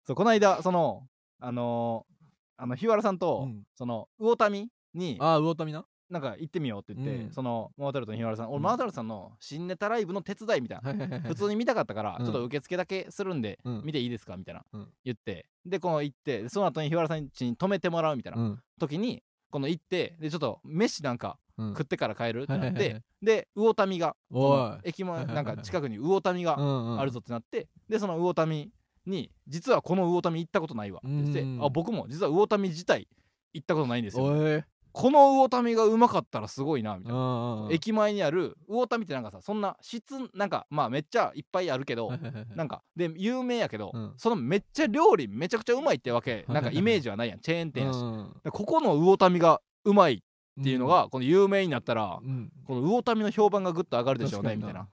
S1: そうこの間そのあのーあの日原さんと、
S2: うん
S1: その魚民に
S2: ああ魚タミな
S1: なんか行ってみようって言って、
S2: うん
S1: そのモータルトの日原さん、
S2: う
S1: 俺
S2: ん
S1: モータルトさんの新ネタライブの手伝いみたいな、
S2: はいはいはいはい
S1: 普通に見たかったから、
S2: うん
S1: ちょっと受付だけするんで、
S2: うん
S1: 見ていいですかみたいな、
S2: うん
S1: 言ってでこの行ってでその後に日原さん家に泊めてもらうみたいな、
S2: うん
S1: 時にこの行ってでちょっと飯なんか
S2: うん
S1: 食ってから帰るってなっ
S2: はいはいは
S1: てで魚民がそ
S2: お
S1: の
S2: い
S1: 駅
S2: は
S1: 前
S2: いは
S1: な
S2: いはい
S1: んか近くに魚民が
S2: うんうん
S1: あるぞってなってでその魚民に「実はこの魚民行ったことないわ」って言って
S2: う
S1: 「
S2: ん
S1: あ僕も実は魚民自体行ったことないんですよ」
S2: おい
S1: この魚民がうまかったらすごいなみたいな、
S2: あ
S1: 駅前にある魚民ってなんかさそんな質なんかまあめっちゃいっぱいあるけど、
S2: な
S1: なん
S2: か
S1: んかで有名やけど、
S2: うん
S1: そのめっちゃ料理めちゃくちゃうまいってわけ
S2: い
S1: なんかイメージはないやんチェーン店やし、だか
S2: っ
S1: らここの魚民がうまいっていうのが、この有名になったら、
S2: うん
S1: この魚民の評判がぐっと上がるでしょうね
S2: 確
S1: み
S2: か
S1: たい
S2: にな
S1: な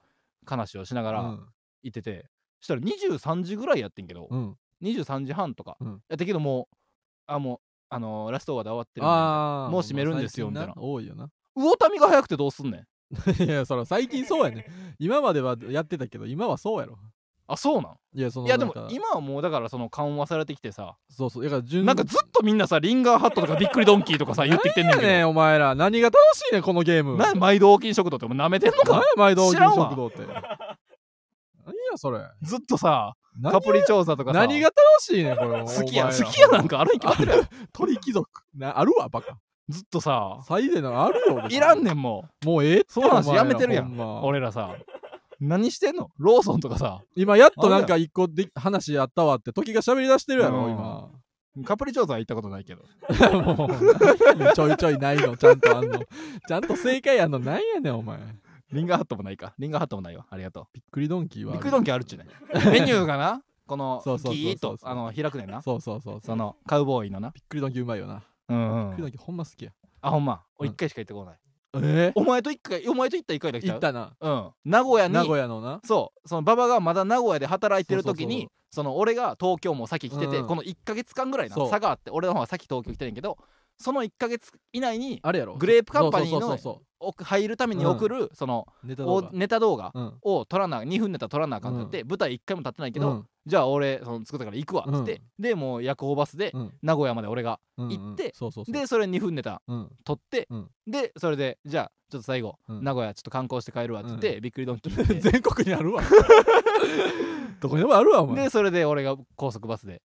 S1: 話をしなが
S2: から
S1: 行ってて、したら23時ぐらいやってんけど、
S2: うんうん
S1: 23時半とか、
S2: うん
S1: やったけどもうあもうあのーラストオーダー終わってるんで
S2: あー
S1: もう閉めるんですよ
S2: まあ
S1: みたい
S2: 最近多いよな <laughs>
S1: 魚民が早くてどうすんねん
S2: いやそら最近そうやね今まではやってたけど今はそうやろ
S1: あそうなん
S2: いやその
S1: いやでも
S2: なんか
S1: 今はもうだからその緩和されてきてさ
S2: そうそうだから順
S1: なんかずっとみんなさリンガーハットとかびっくりドンキーとかさ言ってきてんねん
S2: 何
S1: け
S2: やね
S1: ど
S2: んお前ら何が楽しいねんこのゲーム
S1: な毎度大きい食堂ってお前舐めてんの
S2: 何や
S1: か
S2: 毎度
S1: 知らんわ
S2: 食堂って何やそれ
S1: ずっとさ
S2: 何
S1: カプリ調査とかさ
S2: 何が楽しいねんこれ
S1: 好きや
S2: お前
S1: 好
S2: ら
S1: きやなんかあるに決まってるやろ
S2: <laughs> 鳥貴族なあるわバカ
S1: ずっとさ
S2: 最大のあるよ
S1: いらん
S2: ね
S1: ねんも
S2: もうええって
S1: その話
S2: お前ら
S1: やめてるやん
S2: ほま
S1: う俺らさ何してんのローソンとかさ
S2: 今やっとなんか一個で話あったわって時が喋り出してるやろ
S1: うん
S2: 今
S1: カプリ調査は行ったことないけど
S2: もうちょいちょいないのちゃんとあんのちゃんと正解あんのなんやねんお前びっ
S1: リンガーハットもないかリンガーハットもないよありがと
S2: くりドンキー
S1: う
S2: は
S1: ビッグドンキーあるっちゅうねんメニューがなこの
S2: そうそうそうそう
S1: ギーッとあの開くねんな
S2: そうそうそうそ
S1: そうのカウボーイのな
S2: びっくりドンキーうまいよな
S1: うんう
S2: びっくりド
S1: ん
S2: ンキーほんま好きや
S1: あほんま俺
S2: うん
S1: 一回しか行ってこない
S2: え
S1: お前と一回お前と行った一回だけち
S2: 行
S1: ゃ
S2: っ
S1: う
S2: たな
S1: うん名古屋に
S2: 名古屋のな
S1: そうその馬場がまだ名古屋で働いてる時
S2: そうそう
S1: にその俺が東京も先来てて、
S2: うん
S1: この1ヶ月間ぐらい
S2: そ
S1: の
S2: う
S1: 差があって俺の方が先東京来てんやけどその1ヶ月以内に
S2: あれやろ
S1: グレープカンパニーの
S2: そうそうそうそ
S1: お入るために送る、その
S2: うネタ動
S1: お
S2: 画
S1: ネタ動画
S2: うん
S1: を撮らな2分ネタ撮らなあかんってなって、舞台1回も立ってないけど、
S2: うん
S1: じゃあ俺その作ったから行くわっつって、でもう夜行バスで
S2: うん
S1: 名古屋まで俺が、
S2: うん
S1: 行って
S2: そうそうそう
S1: でそれ2分ネタ
S2: うん
S1: 撮って、
S2: うん
S1: でそれでじゃあちょっと最後、
S2: うん
S1: 名古屋ちょっと観光して帰るわっつって、びっくりドンキー行って
S2: <laughs> 全国にあるわ <laughs> どこにでもあるわお前
S1: でそれで俺が高速バスで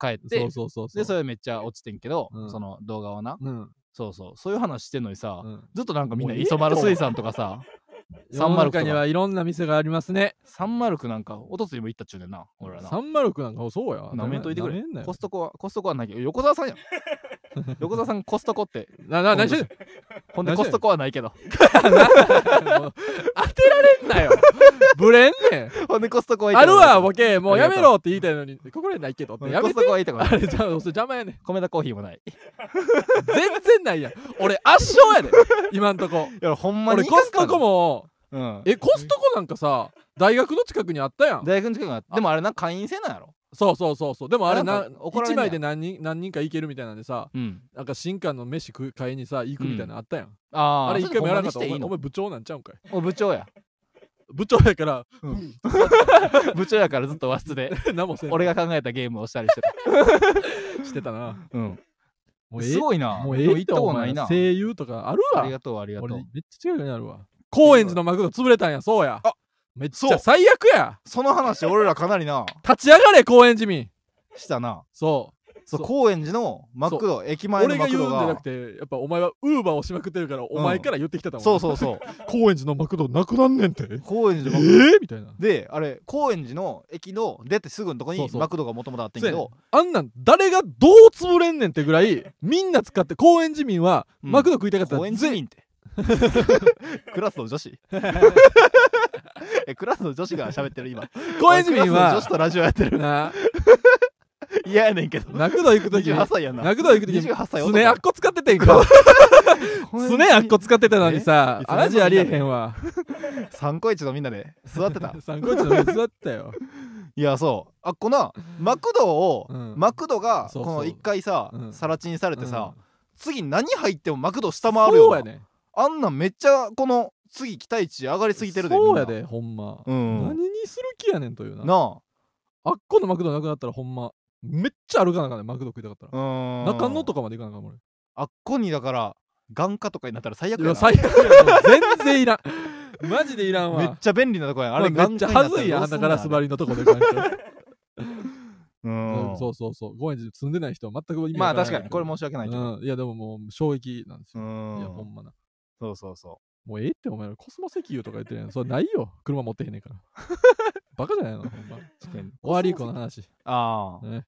S1: 帰って
S2: そうそうそうそう
S1: でそれめっちゃ落ちてんけど、
S2: うん
S1: その動画をな
S2: うん
S1: そうそうそういう話してんのにさ、
S2: うん
S1: ずっとなんかみんな
S2: もういい
S1: 磯丸水産とかさ
S2: 世
S1: 309
S2: の
S1: と
S2: 中
S1: か
S2: にはいろんな店がありますね
S1: サンマルクなんかおとついも行ったっちゅうねんな俺らな
S2: 306なんかそうや
S1: なめんといてくれ
S2: なめんなよ
S1: コストコはコストコはないけど横澤さん
S2: <laughs>
S1: やん横澤さんコストコって
S2: なな何してん
S1: ほんで
S2: 何して
S1: コス
S2: ん
S1: トコはないけど
S2: のもう当てられんなよブレんねん
S1: ほんでコストコは行った
S2: ある
S1: こと
S2: わボケもうやめろって言いたいのにここらないけどっ
S1: ほ
S2: て
S1: んで
S2: や
S1: コ
S2: め
S1: ス
S2: て
S1: トコは行ったこと
S2: あ
S1: ない
S2: れじゃあそれ邪魔やねん
S1: 米田コーヒーもないい
S2: 全然ないやん俺圧勝やで今んとこ
S1: やほんまに
S2: 俺コスト
S1: も、
S2: コも
S1: うん、
S2: えコストコなんかさ大学の近くにあったやん
S1: 大学の近くにあってでもあれな会員制なんやろ
S2: そうそうそうそうでもあれ
S1: な
S2: なん
S1: か怒られ
S2: 1
S1: んねや
S2: 枚で何人何人か行けるみたいなんでさ
S1: うん
S2: なんか新刊の飯食い買いにさ行くみたいなのあったやん、
S1: あー
S2: あれ一回もやらなかった
S1: そ
S2: お
S1: れほんまにしてい
S2: 前
S1: いの
S2: お前部長なんちゃうんかい
S1: お部
S2: <laughs>
S1: 長や
S2: 部長やから <laughs>
S1: 部長やからずっと和室で
S2: 何もせん
S1: 俺が考えたゲームをしたりしてた、
S2: してたな
S1: うん、
S2: も
S1: す
S2: い
S1: ごいな
S2: もう
S1: で
S2: ええ
S1: 行
S2: っ
S1: った
S2: て
S1: こと
S2: お
S1: な
S2: 前
S1: いな
S2: 声優とかある
S1: あ
S2: わ
S1: りがとうありがと
S2: 俺
S1: う
S2: めっちゃ違うにあるわ高円寺のマクド潰れたんやそうや
S1: あ
S2: めっち
S1: そ
S2: ゃ
S1: う
S2: 最悪や
S1: その話俺らかなりな
S2: 立ち上がれ高円寺民
S1: したな
S2: そう
S1: そう
S2: そう
S1: 高円寺のマクド駅前の
S2: 俺が
S1: マク
S2: 言うん
S1: ド
S2: じゃな
S1: が
S2: くてやっぱお前はウーバーをしまくってるからお前から言ってきてたもん、
S1: そうそうそう
S2: 高円寺のマクドなくなんねんてえ
S1: 高円
S2: え
S1: 寺のマクド
S2: みたいな
S1: であれ高円寺の駅の出てすぐのとこ
S2: そう
S1: に
S2: そう
S1: マクドがもともとあってんけど
S2: あんなん誰がどう潰れんねんってぐらいみんな使って高円寺民は
S1: うん
S2: マクド食いたかった
S1: 高
S2: ら
S1: 円寺
S2: 全員
S1: 民って <laughs> クラスの女子 <laughs> えクラスの女子が喋ってる今 <laughs>
S2: 高円寺
S1: 俺
S2: 民
S1: クラスの女
S2: は
S1: 子とラジオや
S2: <laughs>
S1: ってる
S2: な
S1: 嫌やねんけど
S2: マクド行く時に
S1: 28歳やんな
S2: マクド行く時に
S1: 28歳
S2: すねあっこ使っててんかすねあ <laughs> っこ使ってたのにさ
S1: いつの間に
S2: マジありえへんわ
S1: 三個一のみんなで座って
S2: <laughs>
S1: た
S2: 三高地の上座ったよ
S1: いやそうあこなマクドを、
S2: うん
S1: マクドが
S2: そ
S1: こ
S2: うそう
S1: の一回さ
S2: うん
S1: さらちにされてさ、
S2: うん
S1: 次何入ってもマクド下回るよ
S2: そう
S1: な
S2: やね
S1: あんなんめっちゃこの次期待値上がりすぎてるで
S2: そうや
S1: みん
S2: でほんま
S1: なうん
S2: 何にする気やねんというな
S1: な
S2: あっこのマクドなくなったらほんまめっちゃ歩かなあかんねんマクド食いたかったら
S1: あうん
S2: 中野とかまで行かなあかん俺
S1: あっこにだから眼科とかになったら最悪
S2: い
S1: や
S2: や
S1: な
S2: 最悪やな全然いら
S1: <laughs>
S2: んマジでいらんわ
S1: めっちゃ便利なとこやあれ
S2: めっ
S1: 眼
S2: ち
S1: 科
S2: ゃ
S1: になっ
S2: は
S1: たらどう
S2: ず
S1: すん
S2: いやんあんなガラス張
S1: り
S2: りのとこで行かんけど
S1: うん
S2: うんそうそうそう高円寺住んでない人は全く意味
S1: ま
S2: わ
S1: あ
S2: らない
S1: 確かにこれ申し訳ないけど
S2: うんいやでももう衝撃なんです
S1: う
S2: よいや
S1: ん
S2: ほんまな
S1: そうそうそ
S2: もうええってお前らコスモ石油とか言ってるやんそれないよ車持ってへんねんから
S1: <laughs>
S2: バカじゃないのほんま終
S1: う確かに
S2: わりこの話
S1: ああ
S2: ね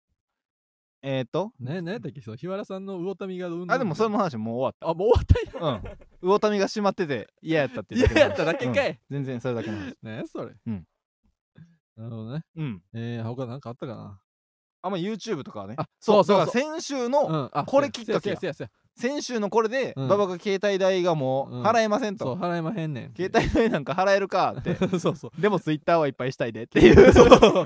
S1: えっ、ー、と
S2: ねねだっけその日原さんの魚民がうんぬん
S1: あでもその話もう終
S2: あもう終わったよ
S1: わった
S2: <laughs>
S1: うん魚民が閉まってて嫌やったっていうだけ
S2: 嫌
S1: の話
S2: やっただけかい、
S1: 全然それだけの
S2: <laughs>
S1: 話
S2: ねそれ
S1: うん
S2: なるほどね
S1: うん
S2: えー、他なんかあったかな
S1: あんま YouTube とかはね
S2: あそうそう
S1: だから先週の、
S2: うんあ
S1: これきっかけや
S2: せやせや
S1: 先週のこれで、
S2: うん
S1: 馬場が携帯代がもう払えません
S2: せやそ
S1: と、
S2: う払えまへんねん
S1: 携帯代なんか払えるかって
S2: <laughs> そうそ
S1: <laughs>
S2: う
S1: でも Twitter はいっぱいしたいでっていう
S2: そう
S1: <laughs>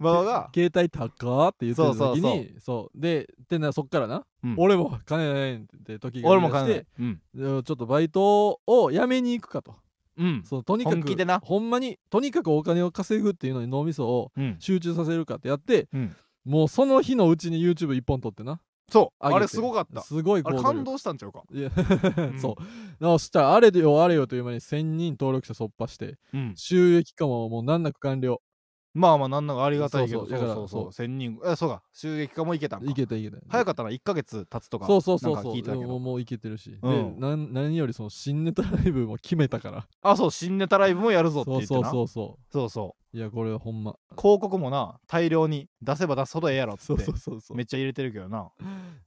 S1: 馬場が
S2: 携帯高って言って
S1: そ
S2: た
S1: うそう
S2: 時
S1: そう
S2: にそうででなそっからな、
S1: うん
S2: 俺も金ないって時が
S1: 俺も
S2: 言
S1: 考
S2: い出し
S1: え
S2: て、
S1: うん
S2: でちょっとバイトを辞めに行くかと
S1: うん
S2: そうとにかく
S1: 本気でな
S2: ほんまにとにかくお金を稼ぐっていうのに脳みそを
S1: うん、
S2: 集中させるかってやって、
S1: うん
S2: もうその日のうちに YouTube 一本撮ってな
S1: そう
S2: 上げ
S1: あ
S2: て
S1: れすごかった
S2: すごい
S1: あ
S2: 行
S1: れ
S2: 動
S1: 感
S2: 力
S1: 動したんちゃうか
S2: いや、 <laughs>
S1: ん
S2: そう直したらあれよあれよという間に1000人登録者突破して
S1: うん
S2: 収益化ももう難なく完了
S1: まあまあなんならありがたいけど
S2: そ
S1: そうう
S2: そ
S1: そう
S2: うだから
S1: そう千人えそうか収益化もいけたんか
S2: いけたいけた
S1: 早かったな1ヶ月経つとか
S2: そうそうそう
S1: なんか
S2: そ
S1: 聞
S2: う
S1: いてたけ
S2: もう
S1: ど
S2: もういけてるし、
S1: うん
S2: でなん何よりその新ネタライブも決めたから
S1: あそう新ネタライブもやるぞって
S2: そ
S1: 言っ
S2: う
S1: て
S2: そう
S1: な
S2: そうそ
S1: そうそう
S2: ういやこれはほんま
S1: 広告もな大量に出せば出すほどええやろっつ
S2: そ
S1: っ
S2: う
S1: て
S2: そうそうそう
S1: めっちゃ入れてるけどな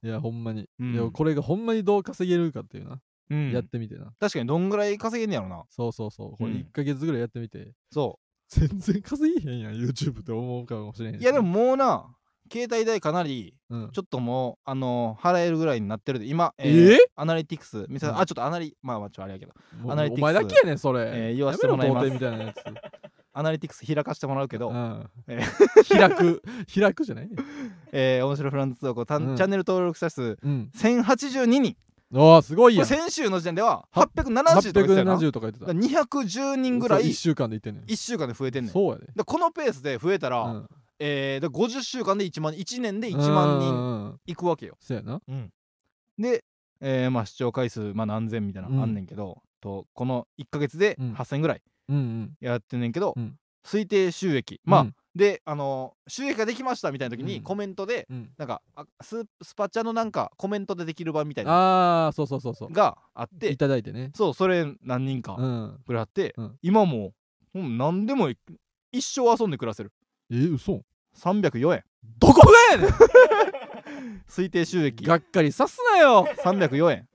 S1: い
S2: やほんまに、
S1: うん
S2: いやこれがほんまにどう稼げるかっていうな、
S1: うん
S2: やってみてな
S1: 確かにどんぐらい稼げんねやろな
S2: そうそうそうこれ
S1: うん
S2: 1ヶ月ぐらいやってみて、 <laughs>
S1: そ
S2: 全然稼げへんやん YouTube って思うかもしれへん
S1: う
S2: し
S1: いやでも、もうな携帯代かなり
S2: うん
S1: ちょっともうあのー払えるぐらいになってるで今
S2: えー
S1: アナリティクス見せ
S2: うん
S1: あちょっとアナリまあまあちょっとあれやけど
S2: もう
S1: アナリティ
S2: お
S1: クス
S2: 前だけやねんそれ、
S1: えー言わせてもらいます
S2: やめろ童貞みたいなやつ
S1: アナリティクス開かしてもらうけど
S2: う
S1: え
S2: ん、開く開くじゃないね
S1: えー面白いフランス動画た
S2: うん
S1: んチャンネル登録者数
S2: うん
S1: 1082人
S2: ああすごい
S1: こ
S2: や
S1: れ
S2: ん
S1: 先週の時点では
S2: は
S1: 870とか言ってたよなだか
S2: 870とか言ってた
S1: ら210人ぐら
S2: 1
S1: い
S2: 週間でいってんねん
S1: 1週間で増えてんねん
S2: そうやで
S1: でこのペースで増えたら、
S2: うん
S1: えー、で50週間で1万1年で1万人
S2: 人
S1: いくわけよ、
S2: そうやな
S1: で、えーまあ、視聴回数、まあ、何千みたいな
S2: うん
S1: のあんねんけど、とこの1ヶ月で
S2: うん
S1: 8,000ぐらい
S2: うんうん
S1: やってんねんけど、
S2: うん
S1: 推定収益まあ、
S2: うん
S1: であのー収益ができましたみたいな時
S2: う
S1: に
S2: ん
S1: コメントで、
S2: うん
S1: なんかあススパチャのなんかコメントでできる版みたいな
S2: ああそうそうそうそう
S1: があって
S2: いただいてね
S1: そうそれ何人か
S2: うん
S1: ぐらいあって、
S2: うん
S1: 今もうもう何でもい一生遊んで暮らせる
S2: え嘘
S1: 304円
S2: どこがや
S1: <laughs>
S2: ねん
S1: 推定収益
S2: がっかりさすなよ
S1: 304円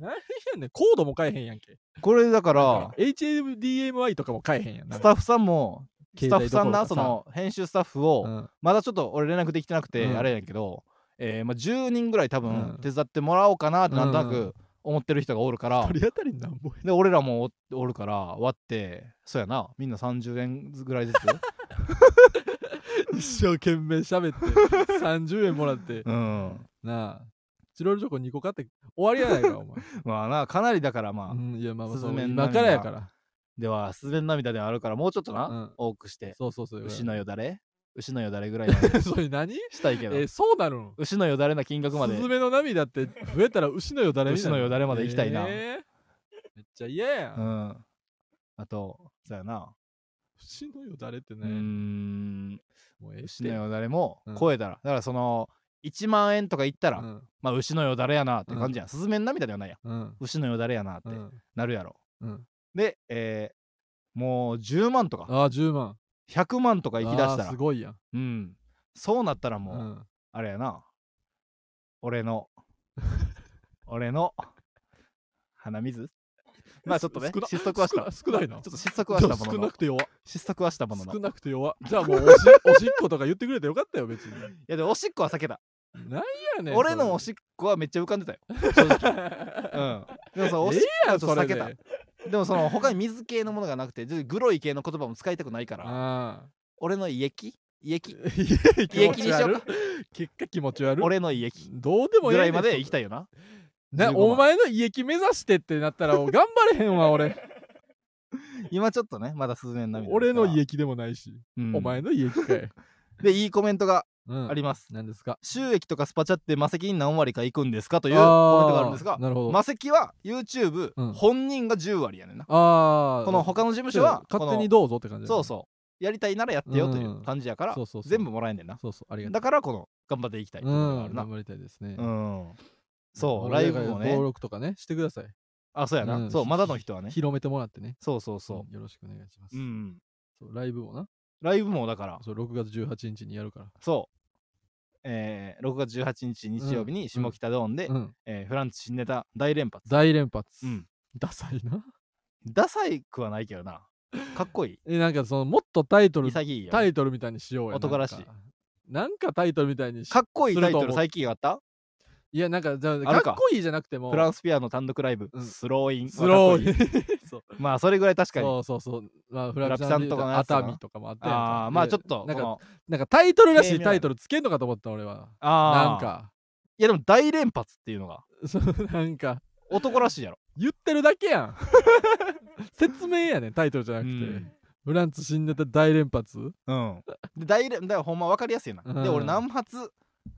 S2: 何やねんコードも変えへんやんけ
S1: これだか
S2: だからら HDMI とかも変えへんやんな
S1: スタッフさんもスタッフさんな
S2: な
S1: その編集スタッフ
S2: う
S1: を
S2: ん
S1: まだちょっと俺連絡できてなくて
S2: うん
S1: あれやけどえーまあ10人ぐらい多
S2: うん
S1: 分手伝ってもらおうかなってなんとな
S2: うん
S1: く思ってる人がおるから
S2: 取り当たりなんぼや
S1: で俺らもおおるから割ってそうやなみんな30円ぐら
S2: <laughs>
S1: いずつ
S2: 一生懸命喋って30円もらって
S1: <laughs> うん
S2: なあチロルチョコ2個買って終わりやないかお前
S1: まあなかなりだからま
S2: う
S1: あ
S2: んいやまあまあ
S1: スズ
S2: そう
S1: メの
S2: 今からやから
S1: ではすべん涙ではあるからもうちょっと
S2: う
S1: なん多くして
S2: そうそうそう
S1: 牛のよだれ牛のよだれぐらい
S2: <laughs>
S1: まで
S2: それ何
S1: したいけ
S2: え
S1: ど
S2: ーそうなるん
S1: 牛のよだれな金額まで
S2: スズメの涙って増えたら牛のよだれみたい
S1: 牛
S2: な
S1: のよだれまで行きたいな
S2: えーめっちゃ嫌やん、
S1: うんあとそうやな
S2: 牛のよだれってね、
S1: うーん
S2: もうええし
S1: 牛
S2: て
S1: のよだれも
S2: うん
S1: 超えたら、だからその1万円とかいったら、
S2: うん
S1: まあ牛のよだれやなって感じやん、スズメの涙ではないやん
S2: うん
S1: 牛のよだれやなっ
S2: う
S1: て
S2: ん
S1: なるやろ、
S2: うん
S1: で、えーもう10万とか
S2: ああ10万
S1: 100万とか行きだし
S2: あ
S1: た
S2: ー
S1: ら
S2: すごいやん
S1: うんそうなったらもう、
S2: うん
S1: あれやな俺
S2: <laughs>
S1: の俺の鼻水まあちょっとね
S2: 少な
S1: 失速はした
S2: 少な少ないな
S1: ちょっと失速はしたも
S2: 少
S1: の
S2: な
S1: の
S2: くて弱
S1: 失速はしたものの
S2: 少
S1: い
S2: なくて弱じゃあもうおしおしっことか言ってくれてよかったよ別に
S1: やでもおしっこは避けた
S2: なんやねん
S1: 俺のお
S2: っ
S1: しっこはめっちゃ浮かんでたよ正直
S2: こ <laughs>
S1: うん、でもそのお
S2: え
S1: しっ
S2: えや
S1: こ
S2: ん
S1: ちょ
S2: そ
S1: っと
S2: れ
S1: 避けた
S2: で
S1: でもその他に水系のものがなくてちょっとグロい系の言葉も使いたくないから
S2: あ
S1: 俺の胃液胃液
S2: ーい
S1: 胃
S2: や
S1: 液にしようか
S2: 結果気持ち悪い
S1: 俺の胃液
S2: どうでも
S1: ぐ
S2: いい
S1: らいまで行きた
S2: い
S1: いよな
S2: な
S1: 15万
S2: お前の胃液目指してってなったらもう頑張れへんわ俺
S1: 今ちょっとねまだスズメの涙
S2: 俺の胃
S1: 液、
S2: 液でもないし、
S1: うん
S2: お前の胃液
S1: <laughs>
S2: かい、
S1: でいいコメントが
S2: うん
S1: あります、
S2: 何ですか
S1: 収益とかスパチャって魔石に何割か行くんですかと
S2: と
S1: いうコメントがあるんですが
S2: なるほど、
S1: 魔石は YouTube、
S2: うん
S1: 本人が10割やねんな
S2: ああ
S1: この他の事務所は
S2: 勝手に
S1: ど
S2: どうぞって感じだね
S1: そうそうやりたいならやってよという感じやから
S2: そうそうそう
S1: 全部もらえんねんな
S2: そうそうありがと
S1: だからこの頑張っていきたいって
S2: うう
S1: こところが
S2: ん
S1: あるな、
S2: 頑張りたいですね、
S1: うん。そう、
S2: まあ
S1: ライブもね
S2: 登。録とかねしてください、
S1: あ、そうや
S2: う
S1: な。
S2: ん
S1: そう、まだの人はね。
S2: 広めてもらってね
S1: そうそうそ
S2: んよろしくお願いします、
S1: う。うん。
S2: そうライブもな
S1: ライブもだから、
S2: そう6月18日にやるから
S1: そえー6月18日日曜日に下北ドーンで、
S2: うん、
S1: えーフランス新ネタ大連発
S2: 大連発、
S1: うん
S2: ダサいな
S1: ダサいくはないけどなかっこ
S2: <laughs>
S1: い
S2: えなんかそのもっとタイト
S1: い
S2: ル
S1: 潔いよ
S2: タイトルみたいにしようよ
S1: 男らしい
S2: なんかなんかタイトルみたいにし
S1: かっこいいタイ
S2: する
S1: ト
S2: と思
S1: ル
S2: う
S1: 最近あった
S2: いやなんかじゃあ
S1: ある
S2: か
S1: か
S2: っこいいじゃなくても
S1: フランスピアの単独ライブ、
S2: うん
S1: スローイン
S2: ス
S1: まあ
S2: ロ
S1: かっこ
S2: ーにそう
S1: いいまあそれぐらい確かに
S2: そうそうそう、まあ、フラ
S1: ラ
S2: ピ
S1: ピ
S2: さ
S1: さ
S2: ん
S1: んと
S2: とか
S1: かの
S2: の
S1: やつ
S2: 熱
S1: とか
S2: 海とかもあったやん
S1: ああまあちょっと
S2: な
S1: こ
S2: んか
S1: の
S2: なんかタイトルら
S1: 軽
S2: しい
S1: 妙な
S2: タイトルつけんのかと思った俺は
S1: あ
S2: なん
S1: あ
S2: か <laughs>
S1: いやでも大連発っていうのが
S2: そうなんか
S1: 男らしいやろ
S2: 言ってるだけやん <laughs> 説明やねんタイトルじゃなくて、
S1: うん
S2: フランツ新ネタ大連発
S1: うんで大連だからほんま分かりやすいよな、
S2: うん
S1: で俺何発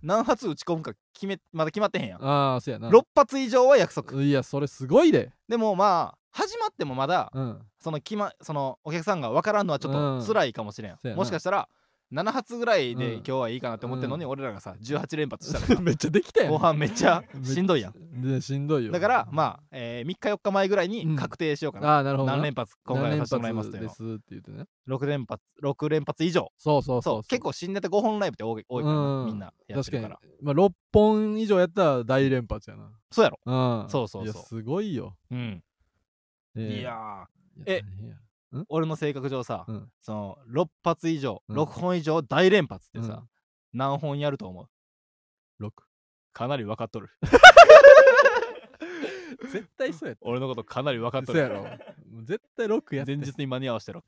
S1: 何発打ち込むか決めまだ決まってへんやん
S2: ああそうやな
S1: 6発以上は約束
S2: いやそれすごいで
S1: でもまあ始まってもまだ
S2: うん
S1: その決まそのお客さんが分からんのはちょっと辛いかもしれん、
S2: そうやな
S1: もしかしたら7発ぐらいで
S2: うん
S1: 今日はいいかなって思ってるのに、俺らがさ18連発したら
S2: <laughs> めっちゃできたやん
S1: 後半めっ
S2: <laughs>
S1: ちゃしんどいやん
S2: んでしんどいよ
S1: だからまあ、え3日4日前ぐらいに確定しようかな、
S2: ああなるほどな
S1: 何連発今回は
S2: 何
S1: させても
S2: 連
S1: らいます
S2: 発
S1: という
S2: で
S1: の
S2: すって言ってね
S1: 6連発6連発以上
S2: そうそう
S1: そう
S2: そう
S1: 結構新ネタ5本ライブって多い多いからな、
S2: うん
S1: みんなやって
S2: 確か
S1: る
S2: に
S1: から
S2: まあ6本以上やったら大連発や
S1: そうやろ
S2: なうん
S1: そうそうそう
S2: やすごいよ
S1: うん、
S2: ええ
S1: いやーえ
S2: え
S1: 俺の性格上さ、
S2: うん
S1: その6発以上、
S2: うん
S1: 6本以上大連発ってさ、何本やると思う
S2: 6
S1: かなり分かっとる
S2: 絶対そうやっ
S1: 俺のことかなり分かっと
S2: <laughs> そうや
S1: る <laughs>
S2: ろもう絶対6やって
S1: 前日に間に合わせて6、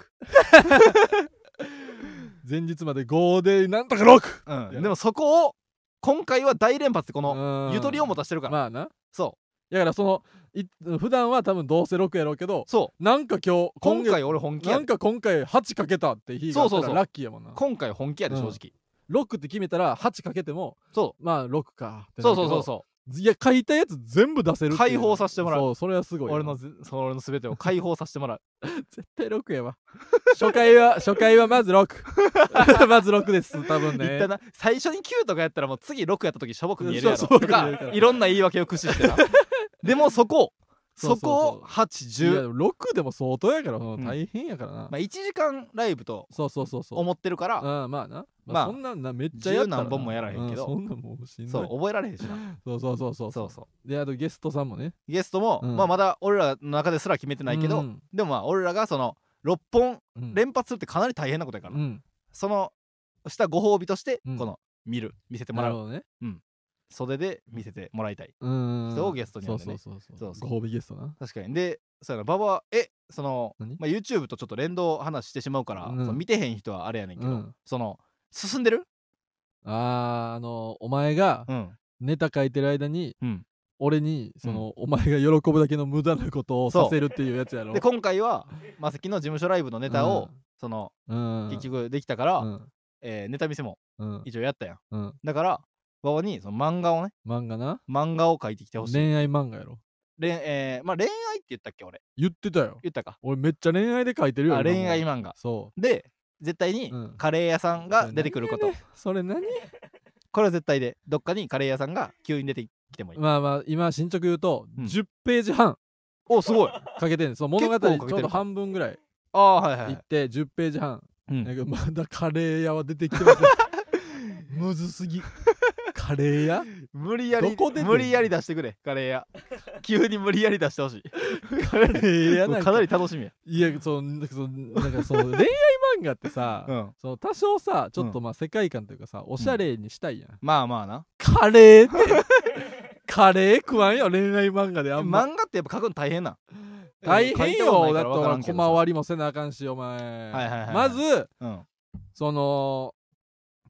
S2: 前日まで5でなんとか 6!
S1: うん、でもそこを今回は大連発ってこの
S2: うん
S1: ゆとりを持たしてるから、
S2: まあな
S1: そ
S2: だからそのい普段は多分どうせ6やろうけど
S1: うそう
S2: なんか今日
S1: 今
S2: 月
S1: 回俺本気
S2: な
S1: やで
S2: んか今回8かけたって日があった
S1: そうそう
S2: ら
S1: そう
S2: ラッキーやもんな
S1: 今回本気やで
S2: うん
S1: 正直、
S2: 6って決めたら8かけても
S1: そ
S2: まあ6かっ
S1: うそう
S2: てなるけ
S1: そう
S2: ど
S1: そうそ
S2: いや書いたやつ全部出せるっていう
S1: 解放させてもらう
S2: そうそれはすご
S1: う
S2: いよ
S1: 俺のぜその俺の全てを解放させてもらう
S2: 絶対6やわ初回は初回はまず
S1: <laughs>
S2: 6まず6です多分
S1: 言
S2: <laughs> ね
S1: ったな最初に9とかやったらもう次6やった時しょぼく見えるやろ
S2: そうそう
S1: と
S2: 見えるか
S1: からいろんな言い訳を駆使
S2: <laughs>
S1: してなでもそこ
S2: そうそ
S1: そ
S2: うそう
S1: こを
S2: いや
S1: 810
S2: 6でも相当やから、
S1: ん
S2: 大変やからな、
S1: まあ1時間ライブと
S2: そうそうそうそう
S1: 思ってるから
S2: あまあな、ま
S1: ま
S2: あ
S1: あ
S2: そんなんなめっちゃやった
S1: 十
S2: らな
S1: 何本もやらへんけど
S2: うそんなんもうしん
S1: そ
S2: ど
S1: う
S2: い
S1: 覚えられへんしな
S2: そうそうそうそう
S1: そうそ
S2: であとゲストさんもね
S1: うゲストも
S2: うん
S1: まあまだ俺らの中ですら決めてないけ
S2: う
S1: ど
S2: ん
S1: でもまあ俺らがその6本
S2: うん
S1: 連発するってかなり大変なことやから
S2: うん
S1: そのしたご褒美として
S2: うん
S1: この見る見せてもら
S2: なる
S1: う
S2: ほどね
S1: 袖で見せてもらいたい
S2: うん
S1: 人をゲストに呼んでね
S2: そうそうそうそう
S1: そうそう
S2: ご褒美ゲストな
S1: 確かにでそうやな馬場はえその、
S2: 何
S1: まあ、YouTube とちょっと連動話してしまうから、
S2: うん
S1: その見てへん人はあれやねんけど、
S2: うん
S1: その進んでる
S2: あーあのお前が
S1: うん
S2: ネタ書いてる間に、
S1: うん
S2: 俺にその、お前が喜ぶだけの無駄なことを
S1: そう
S2: させるっていうやつやろ
S1: で今回はマセキの事務所ライブのネタを、その
S2: うん、うん
S1: 結局できたから、
S2: うん
S1: えーネタ見せも
S2: うん
S1: 一応やったやん
S2: うん、
S1: だから馬場にその漫画をね
S2: 漫画な
S1: 漫画を書いてきてほしい
S2: 恋愛漫画やろ
S1: れんえーまあ、恋愛って言ったっけ俺
S2: 言ってたよ
S1: 言ったか
S2: 俺めっちゃ恋愛で書いてるよ
S1: あ
S2: 今も
S1: 恋愛漫画
S2: そ
S1: で絶対に
S2: うん
S1: カレー屋さん
S2: う
S1: が出てくること、
S2: それ何やねんそれ何
S1: これは絶対でどっかにカレー屋さんが急に出てきてもいい、
S2: まあまあ今進捗言うと、
S1: うん
S2: 10ページ半
S1: おすごいあ
S2: かけてんねんその物語
S1: 結構かけ
S2: ち
S1: てる
S2: ょうど半分ぐらい
S1: あーはいはいはい
S2: 行って10ページ半、
S1: うん
S2: だけどまだカレー屋は出てきてま
S1: <laughs>
S2: せんむずすぎカレー屋
S1: 無理や
S2: ど
S1: り
S2: こで出んの
S1: 無理やり出してくれカレー
S2: <laughs>
S1: 屋急に無理やり出してほしい
S2: カレー屋な
S1: <laughs>
S2: ん
S1: かな
S2: り
S1: り楽しみや、
S2: いやそうなんかそうなんかそう恋愛漫画ってさ、
S1: うん、
S2: その多少さちょっとまあ世界観というかさ、おしゃれにしたいやん、
S1: まあまあな
S2: カレーって
S1: <laughs>
S2: カレー食わんよ恋愛漫画であんま
S1: 漫画ってやっぱ書くの大変なん
S2: 大
S1: 書い
S2: 変
S1: たことな
S2: よ
S1: いか
S2: だっ
S1: ら
S2: て
S1: 分からん
S2: 俺
S1: け
S2: 小
S1: ど
S2: 回りもせなあかんしお前、
S1: はいはいはい
S2: まず
S1: うん
S2: その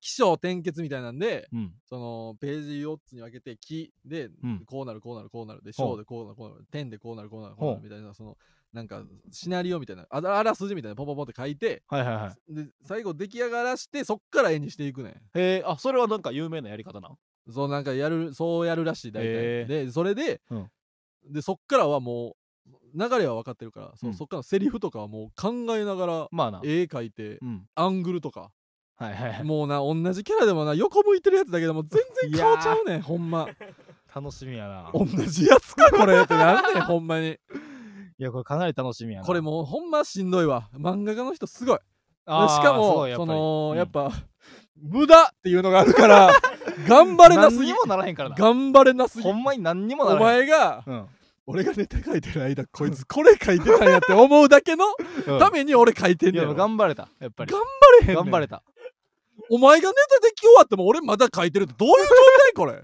S2: 起承転結みたいなんで
S1: うん
S2: そのページ4つに分けて起で、
S1: うん
S2: こうなるこうなるこうなるで
S1: ほう
S2: 章でこうなるこうなる点でこうなるこうなるこうなる
S1: ほう
S2: みたいなそのなんかシナリオみたいなああらすじみたいなポンポンポンって書いて
S1: はいはいはい
S2: で最後出来上がらしてそっから絵にしていくねん
S1: へえあそれはなんか有名なやり方な
S2: そうなんかやるそうやるらしい大体、
S1: へ
S2: でそれで、
S1: うん
S2: でそっからはもう流れは分かってるから、そう
S1: うん
S2: そっからのセリフとかはもう考えながら
S1: まあな
S2: 絵描いて
S1: うん
S2: アングルとか
S1: はいはいはい
S2: もうな同じキャラでもな横向いてるやつだけでも全然顔
S1: いやー
S2: ちゃうねんほんま
S1: 楽しみやな
S2: 同じやつかこれってなん
S1: <laughs>
S2: ねんほんまに
S1: いやこれかなり楽しみやな
S2: これもうほんましんどいわ漫画家の人すごいで
S1: あー
S2: しか
S1: すご
S2: も
S1: いやっぱ
S2: そ
S1: り
S2: の
S1: うん <laughs>
S2: やっぱ無駄っていうのがあるから頑張れな
S1: 何
S2: す
S1: に
S2: ぎ
S1: もならへんからな
S2: 頑張れなすぎ
S1: ほんまに何にも
S2: お
S1: ならへん
S2: 前が
S1: お前、
S2: 俺がネタ書いてる間こいつこれ書いてたんやって思うだけの
S1: うんうん
S2: ために俺書いてん
S1: い
S2: ね
S1: や
S2: ん
S1: 頑張れたやっぱり
S2: 頑張れへんねん
S1: 頑張れた
S2: お前がネタでき終わっても俺まだ書いてるってどういう状態これ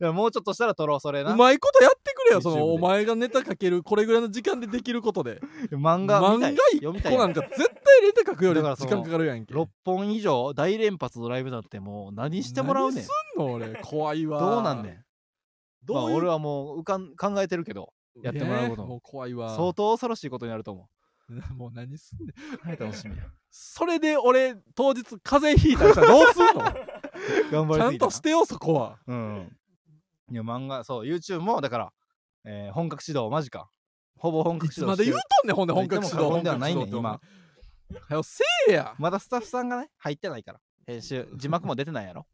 S1: いやもうちょっとしたら取ろうそれな
S2: うまいことやってくれよそ
S1: YouTube
S2: の
S1: で
S2: お前がネタ書けるこれぐらいの時間でできることで
S1: 漫画
S2: 漫
S1: 見た
S2: 画
S1: い
S2: 一
S1: 読みたい
S2: 個
S1: や
S2: なんんか絶対ネタ書くより
S1: だから
S2: 時
S1: その
S2: 間かかるやんけ
S1: 6本以上大連発のライブなんてもう何してもらうねん
S2: 何すんの俺怖いわ
S1: どうなんねんまあ
S2: どういう、
S1: 俺はもう浮かん考えてるけどやってもらうことも
S2: ねもう怖いわ
S1: 相当恐ろしいことになると思
S2: もう何すんねん
S1: うはい楽しみや
S2: それで俺当日風邪ひいたりしたらどうすん
S1: <laughs>
S2: の
S1: 頑張り
S2: ちゃ
S1: す
S2: ん
S1: ぎた
S2: としてよそこは
S1: うんいや漫画そう YouTube もだから、えー本格指導マジかほぼ本
S2: い
S1: 格
S2: つ
S1: 指
S2: ま
S1: 導
S2: で
S1: してる
S2: 言うとんねんほんで本格指
S1: いつも
S2: 導
S1: 過
S2: 本
S1: 言では
S2: 格
S1: ない
S2: 指
S1: ねん
S2: 導ってお前はよせえや
S1: まだスタッフさんがね入ってないから編集字幕も出てないや
S2: <laughs>
S1: ろ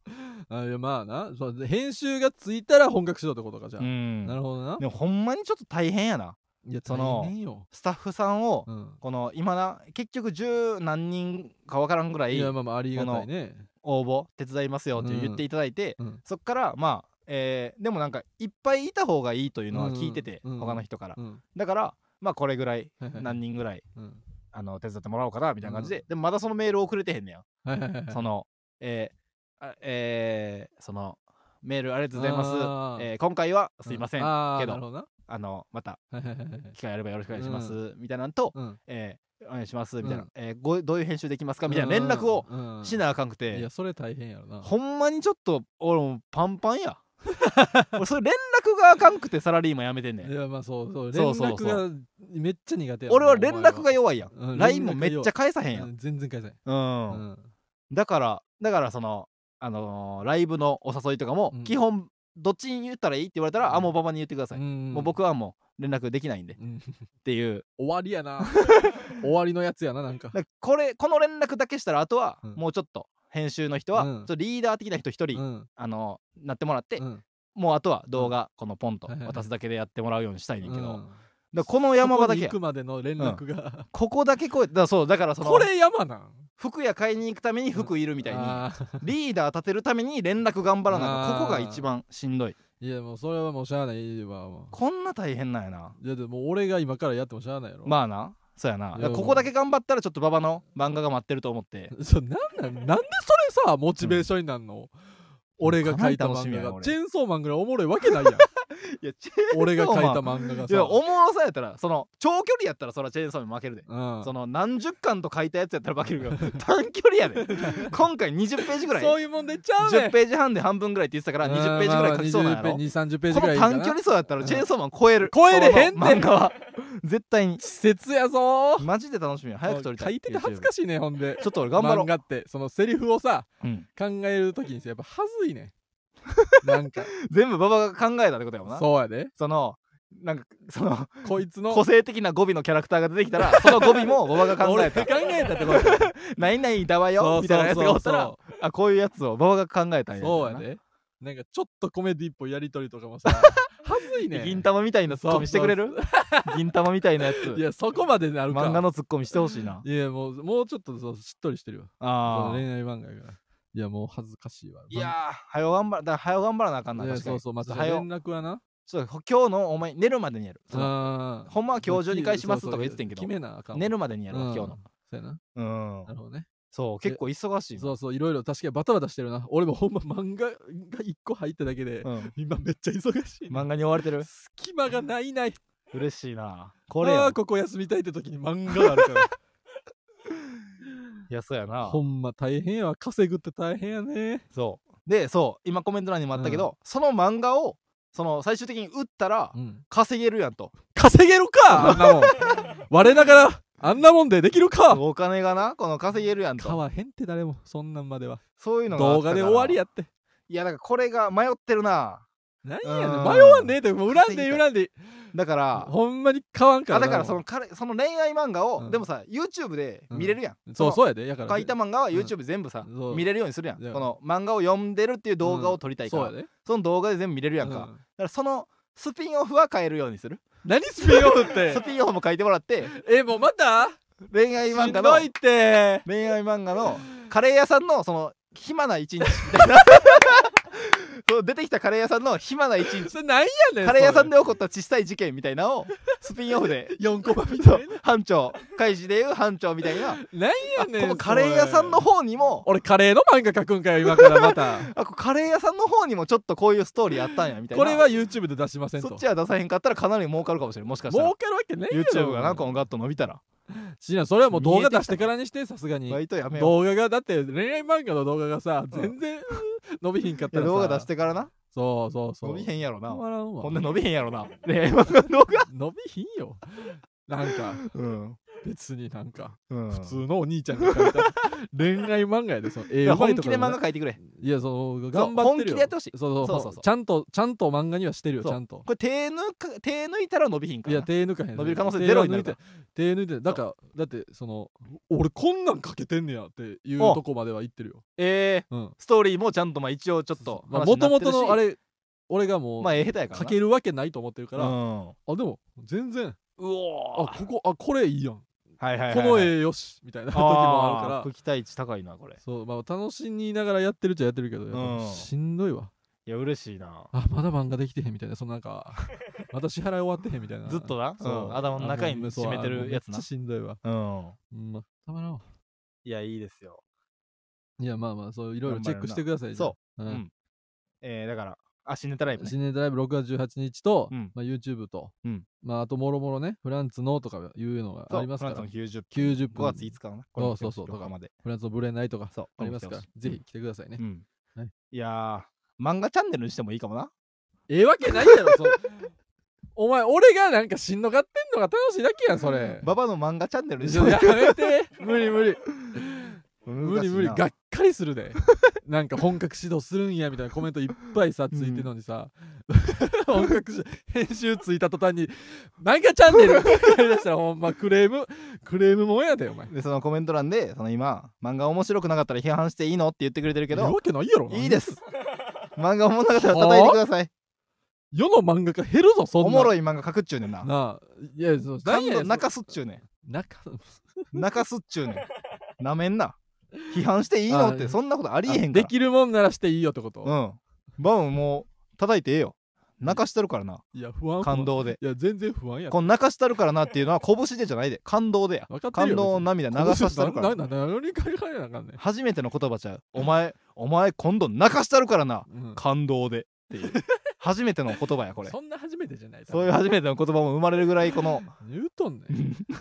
S2: あいやまあなそうで編集がついたら本格指導ってことかじゃあ、
S1: ん
S2: なるほどな
S1: でもほんまにちょっと大変やない
S2: や
S1: その
S2: 大変よ、
S1: スタッフさんを
S2: うん、
S1: この今な結局十何人かわからんぐら
S2: い
S1: い
S2: やまあまあありがたいね
S1: 応募手伝いますよって言っていただいて、
S2: うんうん
S1: そっからまあ、えーでもなんかいっぱいいた方がいいというのは聞いてて、
S2: うんうん
S1: 他の人から、
S2: うん
S1: だからまあこれぐらい
S2: はいはい
S1: 何人ぐらい
S2: うん
S1: あの手伝ってもらおうかなみたいな感じで、でもまだそのメール送れてへんねや、
S2: はいはいはいはい
S1: そのえーあえーそのメールありがとうございます、
S2: あー
S1: えー今回はすいません、
S2: う
S1: あ
S2: あー
S1: けど
S2: なるほどな
S1: のまた
S2: はいはいはいはい
S1: 機会あればよろしくお願いします、
S2: う
S1: みたいなんと、
S2: うん
S1: えーお願いしますみたいな、
S2: うん
S1: えーごどういう編集できますかみたいな連絡を
S2: を
S1: しなあかんくて、
S2: いやそれ大変やろな
S1: ほんまにちょっと俺もうパンパン
S2: <laughs>
S1: や俺それ連絡があかんくてサラリーマンやめてんね
S2: い
S1: ん
S2: やまあそうそう連
S1: そうそう
S2: 絡
S1: そう
S2: がめっちゃ苦手やもん
S1: 俺は連絡が弱いや
S2: お前はうん
S1: LINE もめっちゃ返さへん
S2: 変
S1: や
S2: や全然返せない
S1: ん、
S2: う
S1: うん、
S2: ん
S1: だからだからそのあのーライブのお誘いとかも
S2: うん
S1: 基本どっちに言ったらいいって言われたら、
S2: うん
S1: あもうババに言ってください、
S2: ん
S1: もう僕はもう連絡できないんでっ
S2: うん
S1: ていう
S2: 終わり
S1: <laughs>
S2: やな終わりのやつやななんか
S1: だからこれこの連絡だけしたらあとは
S2: うん
S1: もうちょっと編集の人は、
S2: うん
S1: ちょっとリーダー的な人一人、
S2: うん
S1: あのーなってもらって、
S2: うん
S1: もうあとは動画このポンと
S2: はいはいはい
S1: 渡すだけでやってもらうようにしたいねんけど、だ
S2: う
S1: か
S2: ん
S1: らこの山場だけ
S2: そこ
S1: や
S2: に行くまでの連絡が
S1: ここだけ声だそうだからその
S2: これ山なん
S1: 服屋買いに行くために服いるみたいに、
S2: あー
S1: リーダー立てるために連絡頑張らなあかん
S2: あー
S1: ここが一番しんどい
S2: いやもうそれはもうしゃあないわも
S1: こんな大変なんやな
S2: ういやでも俺が今からやってもしゃあないやろ
S1: まあなそうやないだ
S2: や
S1: からここだけ頑張ったらちょっと馬場の漫画が待ってると思って
S2: そうなんなんなんでそれさモチベーションになるの、俺が書いた
S1: かなり楽しみやな
S2: 漫画が
S1: 俺
S2: チェーンソーマンぐらいおもろいわけない
S1: <laughs>
S2: やん
S1: <laughs> いやチェ
S2: 俺が書いた漫画が
S1: いや
S2: さ
S1: おもろさやったらその長距離やったらそらチェーンソーに負けるで、
S2: うん
S1: その何十巻と書いたやつやったら負けるけど <laughs> 短距離やで今回20ページぐらい
S2: そういうもんでちゃうね
S1: 10
S2: ん
S1: ページ半で半分ぐらいって言ってたから20ページぐらい書きそうなんやろ、
S2: 2 3 0ページ
S1: こ
S2: ぐら
S1: の
S2: いかな
S1: 短距離走やったらチェーンソーマン超える
S2: 超えれへんねん
S1: この漫画は絶対 <laughs> に
S2: 稚拙やぞー
S1: マジで楽しみや早く撮りたい
S2: 書いてて恥ずか
S1: し
S2: しいねほんで
S1: ちょっと俺頑張ろ
S2: 漫画ってそのセリフをさ
S1: う、うん
S2: 考えるときにさやっぱ恥ずいねんな
S1: <laughs>
S2: んか
S1: 全部馬場が考えたってことやもんなそ
S2: そうやで
S1: のなんかその
S2: こいつの
S1: 個性的な語尾のキャラクターが出てきた
S2: <laughs>
S1: らその語尾も馬場が考
S2: 俺
S1: え
S2: が
S1: た
S2: 考えたってことや
S1: 「何々だわ
S2: そ
S1: よ」
S2: う
S1: みたいなやつがおった
S2: そう
S1: らあこういうやつを馬場が考えたんや
S2: そうやで。なんかちょっとコメディっぽいやりとりとかも <laughs> さ、はずいね。
S1: 銀玉みたいなツッコミしてくれる銀玉みたいなやつ
S2: いや、そこまでなるか。
S1: 漫画のツッコミしてほしいない
S2: や、もう、もうちょっとそうしっとりしてるわ。そ
S1: あ
S2: の
S1: あ
S2: 恋愛漫画やから。いや、もう恥ずかしいわ。
S1: いやー早頑張らだ早頑張らなあかん
S2: ま
S1: な
S2: あいや
S1: 確か
S2: そ
S1: に
S2: うそう、また
S1: 早
S2: 連絡はな。
S1: そうほ今日のお前寝るまでにやるその
S2: あー
S1: ほんまは今日中に返します
S2: そう
S1: とか言ってんけど
S2: そう決めなあかんわ。
S1: 寝るまでにやる
S2: う
S1: わ
S2: ん
S1: 今日
S2: そうやな。
S1: のう
S2: なる
S1: ん
S2: ほどね。
S1: そう結構忙しい
S2: そ
S1: な
S2: うそう、いろいろ確かにバタバタしてるな。俺もほんま漫画が一個入っただけで、
S1: うん
S2: 今めっちゃ忙しいね。
S1: 漫画に追われてる
S2: 隙間がないない。
S1: 嬉しいな
S2: こ
S1: これよ
S2: ここ休みたいって時に漫画があるから。
S1: いやそうやな
S2: <laughs> ほんま大変やわ稼ぐって大変やね
S1: そうでそう今コメント欄にもあったけどその漫画をその最終的に売ったら稼げるやんと
S2: 稼げるかあんなもん <laughs> 我ながらあんなもんでできるか
S1: お金がなこの稼げるやん
S2: 買
S1: と
S2: わへんって誰もそんなんまでは
S1: そういうのがあ
S2: 動
S1: ったか
S2: 画
S1: ら
S2: で終わりやって
S1: いやだからこれが迷ってるな
S2: 何やね
S1: うんん
S2: 迷わんでええってもう恨んでい
S1: 稼
S2: い
S1: ぎたい
S2: 恨んでいい
S1: だから
S2: ほんまに買わんから
S1: あ
S2: な
S1: だからそ
S2: も
S1: の彼その恋愛漫画を、
S2: うん
S1: でもさ YouTube で見れるやん、
S2: うそうそうやでやか
S1: う
S2: ら
S1: 書いた漫画は YouTube 全部さ、
S2: そう
S1: 見れるようにするやん
S2: いや
S1: この漫画を読んでるっていう動画を撮りたいから、
S2: そうやで
S1: その動画で全部見れるやんか、だ
S2: う
S1: からそのスピンオフは変えるようにする
S2: 何スピンオフっ
S1: <laughs>
S2: て
S1: スピンオフも書いてもらっ
S2: <laughs>
S1: て
S2: えもうまた
S1: 恋愛
S2: し
S1: 漫
S2: ん
S1: 画
S2: ど
S1: の
S2: いって
S1: <laughs> 恋愛漫画のカレー屋さんのその暇な一日みたいなそう出てきたカレー屋さんの暇な一日
S2: それなんやねん
S1: カレー屋さん
S2: で
S1: で起こった小さい事件みたいなのをスピンオフで
S2: 4コマみ
S1: そ
S2: たいう
S1: 班長開示でいう班長みたいな
S2: な
S1: あ
S2: なんやねん
S1: このカレー屋さんの
S2: それ
S1: 方にも
S2: 俺カレーの漫画描くんかよ今から
S1: <laughs>
S2: また
S1: あこカレー屋さんの方にもちょっとこういうストーリーあったんやみたいな
S2: これは YouTube で出しませんと
S1: そっちは出さへんかったらかなり儲かるかもしれんもしかしたら
S2: 儲かるわけねえやろ
S1: YouTube がなこのガッと伸びたら
S2: 知らんそれはもう動画出してからにしてさすがに
S1: バイトやめよう
S2: 動画がだって恋愛漫画の動画がさ
S1: うん
S2: 全然伸びひんかっ
S1: い
S2: た
S1: や
S2: らさ
S1: 動画出してからな
S2: そうそうそう
S1: 伸びへんやろな
S2: たまらんわ
S1: こんな伸びへんやろ <laughs> な恋愛漫画の動画
S2: <laughs> 伸びひんよなんか
S1: うん
S2: 別になんか
S1: うん
S2: 普通のお兄ちゃんが描いた恋愛漫画やでその絵
S1: いや
S2: うまい
S1: 本
S2: と
S1: 気
S2: か
S1: で
S2: じゃない
S1: 漫画描いてくれ
S2: いやその
S1: そう
S2: 頑張って
S1: 本
S2: るよ
S1: 気でやってほしい
S2: そうそ
S1: そ
S2: うそうう
S1: そうそう
S2: ちゃんとちゃんと漫画にはしてるよ
S1: そう
S2: ちゃんと
S1: これ手抜か手抜いたら伸びひんか
S2: い
S1: ら
S2: や
S1: な
S2: 手抜かへん
S1: 伸びる可能性
S2: 手
S1: ゼロ
S2: は
S1: にな
S2: 抜
S1: る
S2: い
S1: から
S2: て手抜いてだからだってその俺こんなんかけてんねやっていう
S1: お
S2: とこまでは言ってるよ
S1: えー
S2: うん
S1: ストーリーもちゃんとまあ一応ちょっと
S2: まあ
S1: 話にな
S2: 元
S1: ってるし
S2: 々のあれ俺がもう
S1: まあええ下手やから
S2: か
S1: な
S2: けるわけないと思ってるから、
S1: うん
S2: あでも全然
S1: うお
S2: あここあこれいいやん、
S1: はいはいはいはい
S2: この絵よしみたいな時もあるか
S1: ー
S2: ら
S1: 期待値高いなこれ
S2: そう、まあ、楽しみながらやってるっちゃやってるけどやっぱ
S1: うん
S2: しんどいわ、
S1: いや嬉しいな
S2: あまだ漫画できてへんみたいなそのなん
S1: <laughs>
S2: かまだ支払い終わってへんみたいな
S1: ずっとな、う、
S2: そうん
S1: 頭の中に
S2: あもうそう
S1: 締めてるやつ
S2: あ
S1: な
S2: もうめっちゃしんどいわ
S1: うん
S2: うんまあたまらんわ
S1: いやいいですよ
S2: いやまあまあそういろいろチェックしてください、
S1: そう
S2: う
S1: うんんえー、だからあ死ねたライブ、ね、
S2: 新年ドライブ6月18日と、
S1: うん
S2: まあ、YouTube と、
S1: うん
S2: まあ、あともろもろねフランツのとかいうのが
S1: そう
S2: ありますから
S1: フランスの90
S2: 90分
S1: 5月5日のなこれも
S2: そうそうそう
S1: とかまで
S2: フランツのブレないとか
S1: そう
S2: ありますから、ぜひ、来てくださいね
S1: う。ん
S2: はい
S1: いやー漫画チャンネルにしてもいいかもな
S2: ええわけないやろ、そう。お前、俺がなんかしんどがってんのが楽しいだけやん、それ。
S1: ババの漫画チャンネルにして
S2: ち
S1: も
S2: ょ
S1: いい
S2: や
S1: <laughs>
S2: めて。無理無理。無
S1: 無
S2: 理無理。が
S1: が
S2: っかりする
S1: <laughs>
S2: で。なんか本格指導するんやみたいなコメントいっぱいさ、ついてるのにさ。本格指導編集ついた途端に、漫画チャンネルって出したら、ほんまクレーム、クレームもんやで、お前。
S1: でそのコメント欄でその今漫画面白くなかったら批判していいのって言ってくれてるけ
S2: ええ
S1: ど
S2: わけないやろ。
S1: いいです漫画おもろなかったら叩いてください
S2: 世の漫画家減るぞ、そんな
S1: お。もろ
S2: い。
S1: い漫画書くっちゅうねんな
S2: なあ、いや、そう、
S1: 感動
S2: 中
S1: 中すっちゅうね
S2: 中、
S1: ん中すっちゅうね
S2: <laughs>
S1: んなめんな批判していいのっ
S2: あ
S1: てそんなことありえへん
S2: あ
S1: から
S2: できるもんならしていいよってこと、
S1: うんバウンもう叩いてええよ泣かしてるからない
S2: や不安不安
S1: 感動で
S2: いや全然不安や
S1: この泣かしてるからなっていうのは拳でじゃないで感動でや
S2: 分かってる
S1: 感
S2: よ
S1: 動の涙流させてるから
S2: ななな何に借りられなあかんねん、
S1: 初めての言葉ちゃうお前お前今度泣かしてるからな
S2: うん、
S1: 感動でっていう初めての言葉やこれ
S2: そんな初めてじゃない
S1: そういう初めての言葉も生まれるぐらいこの
S2: 多分言うとんねん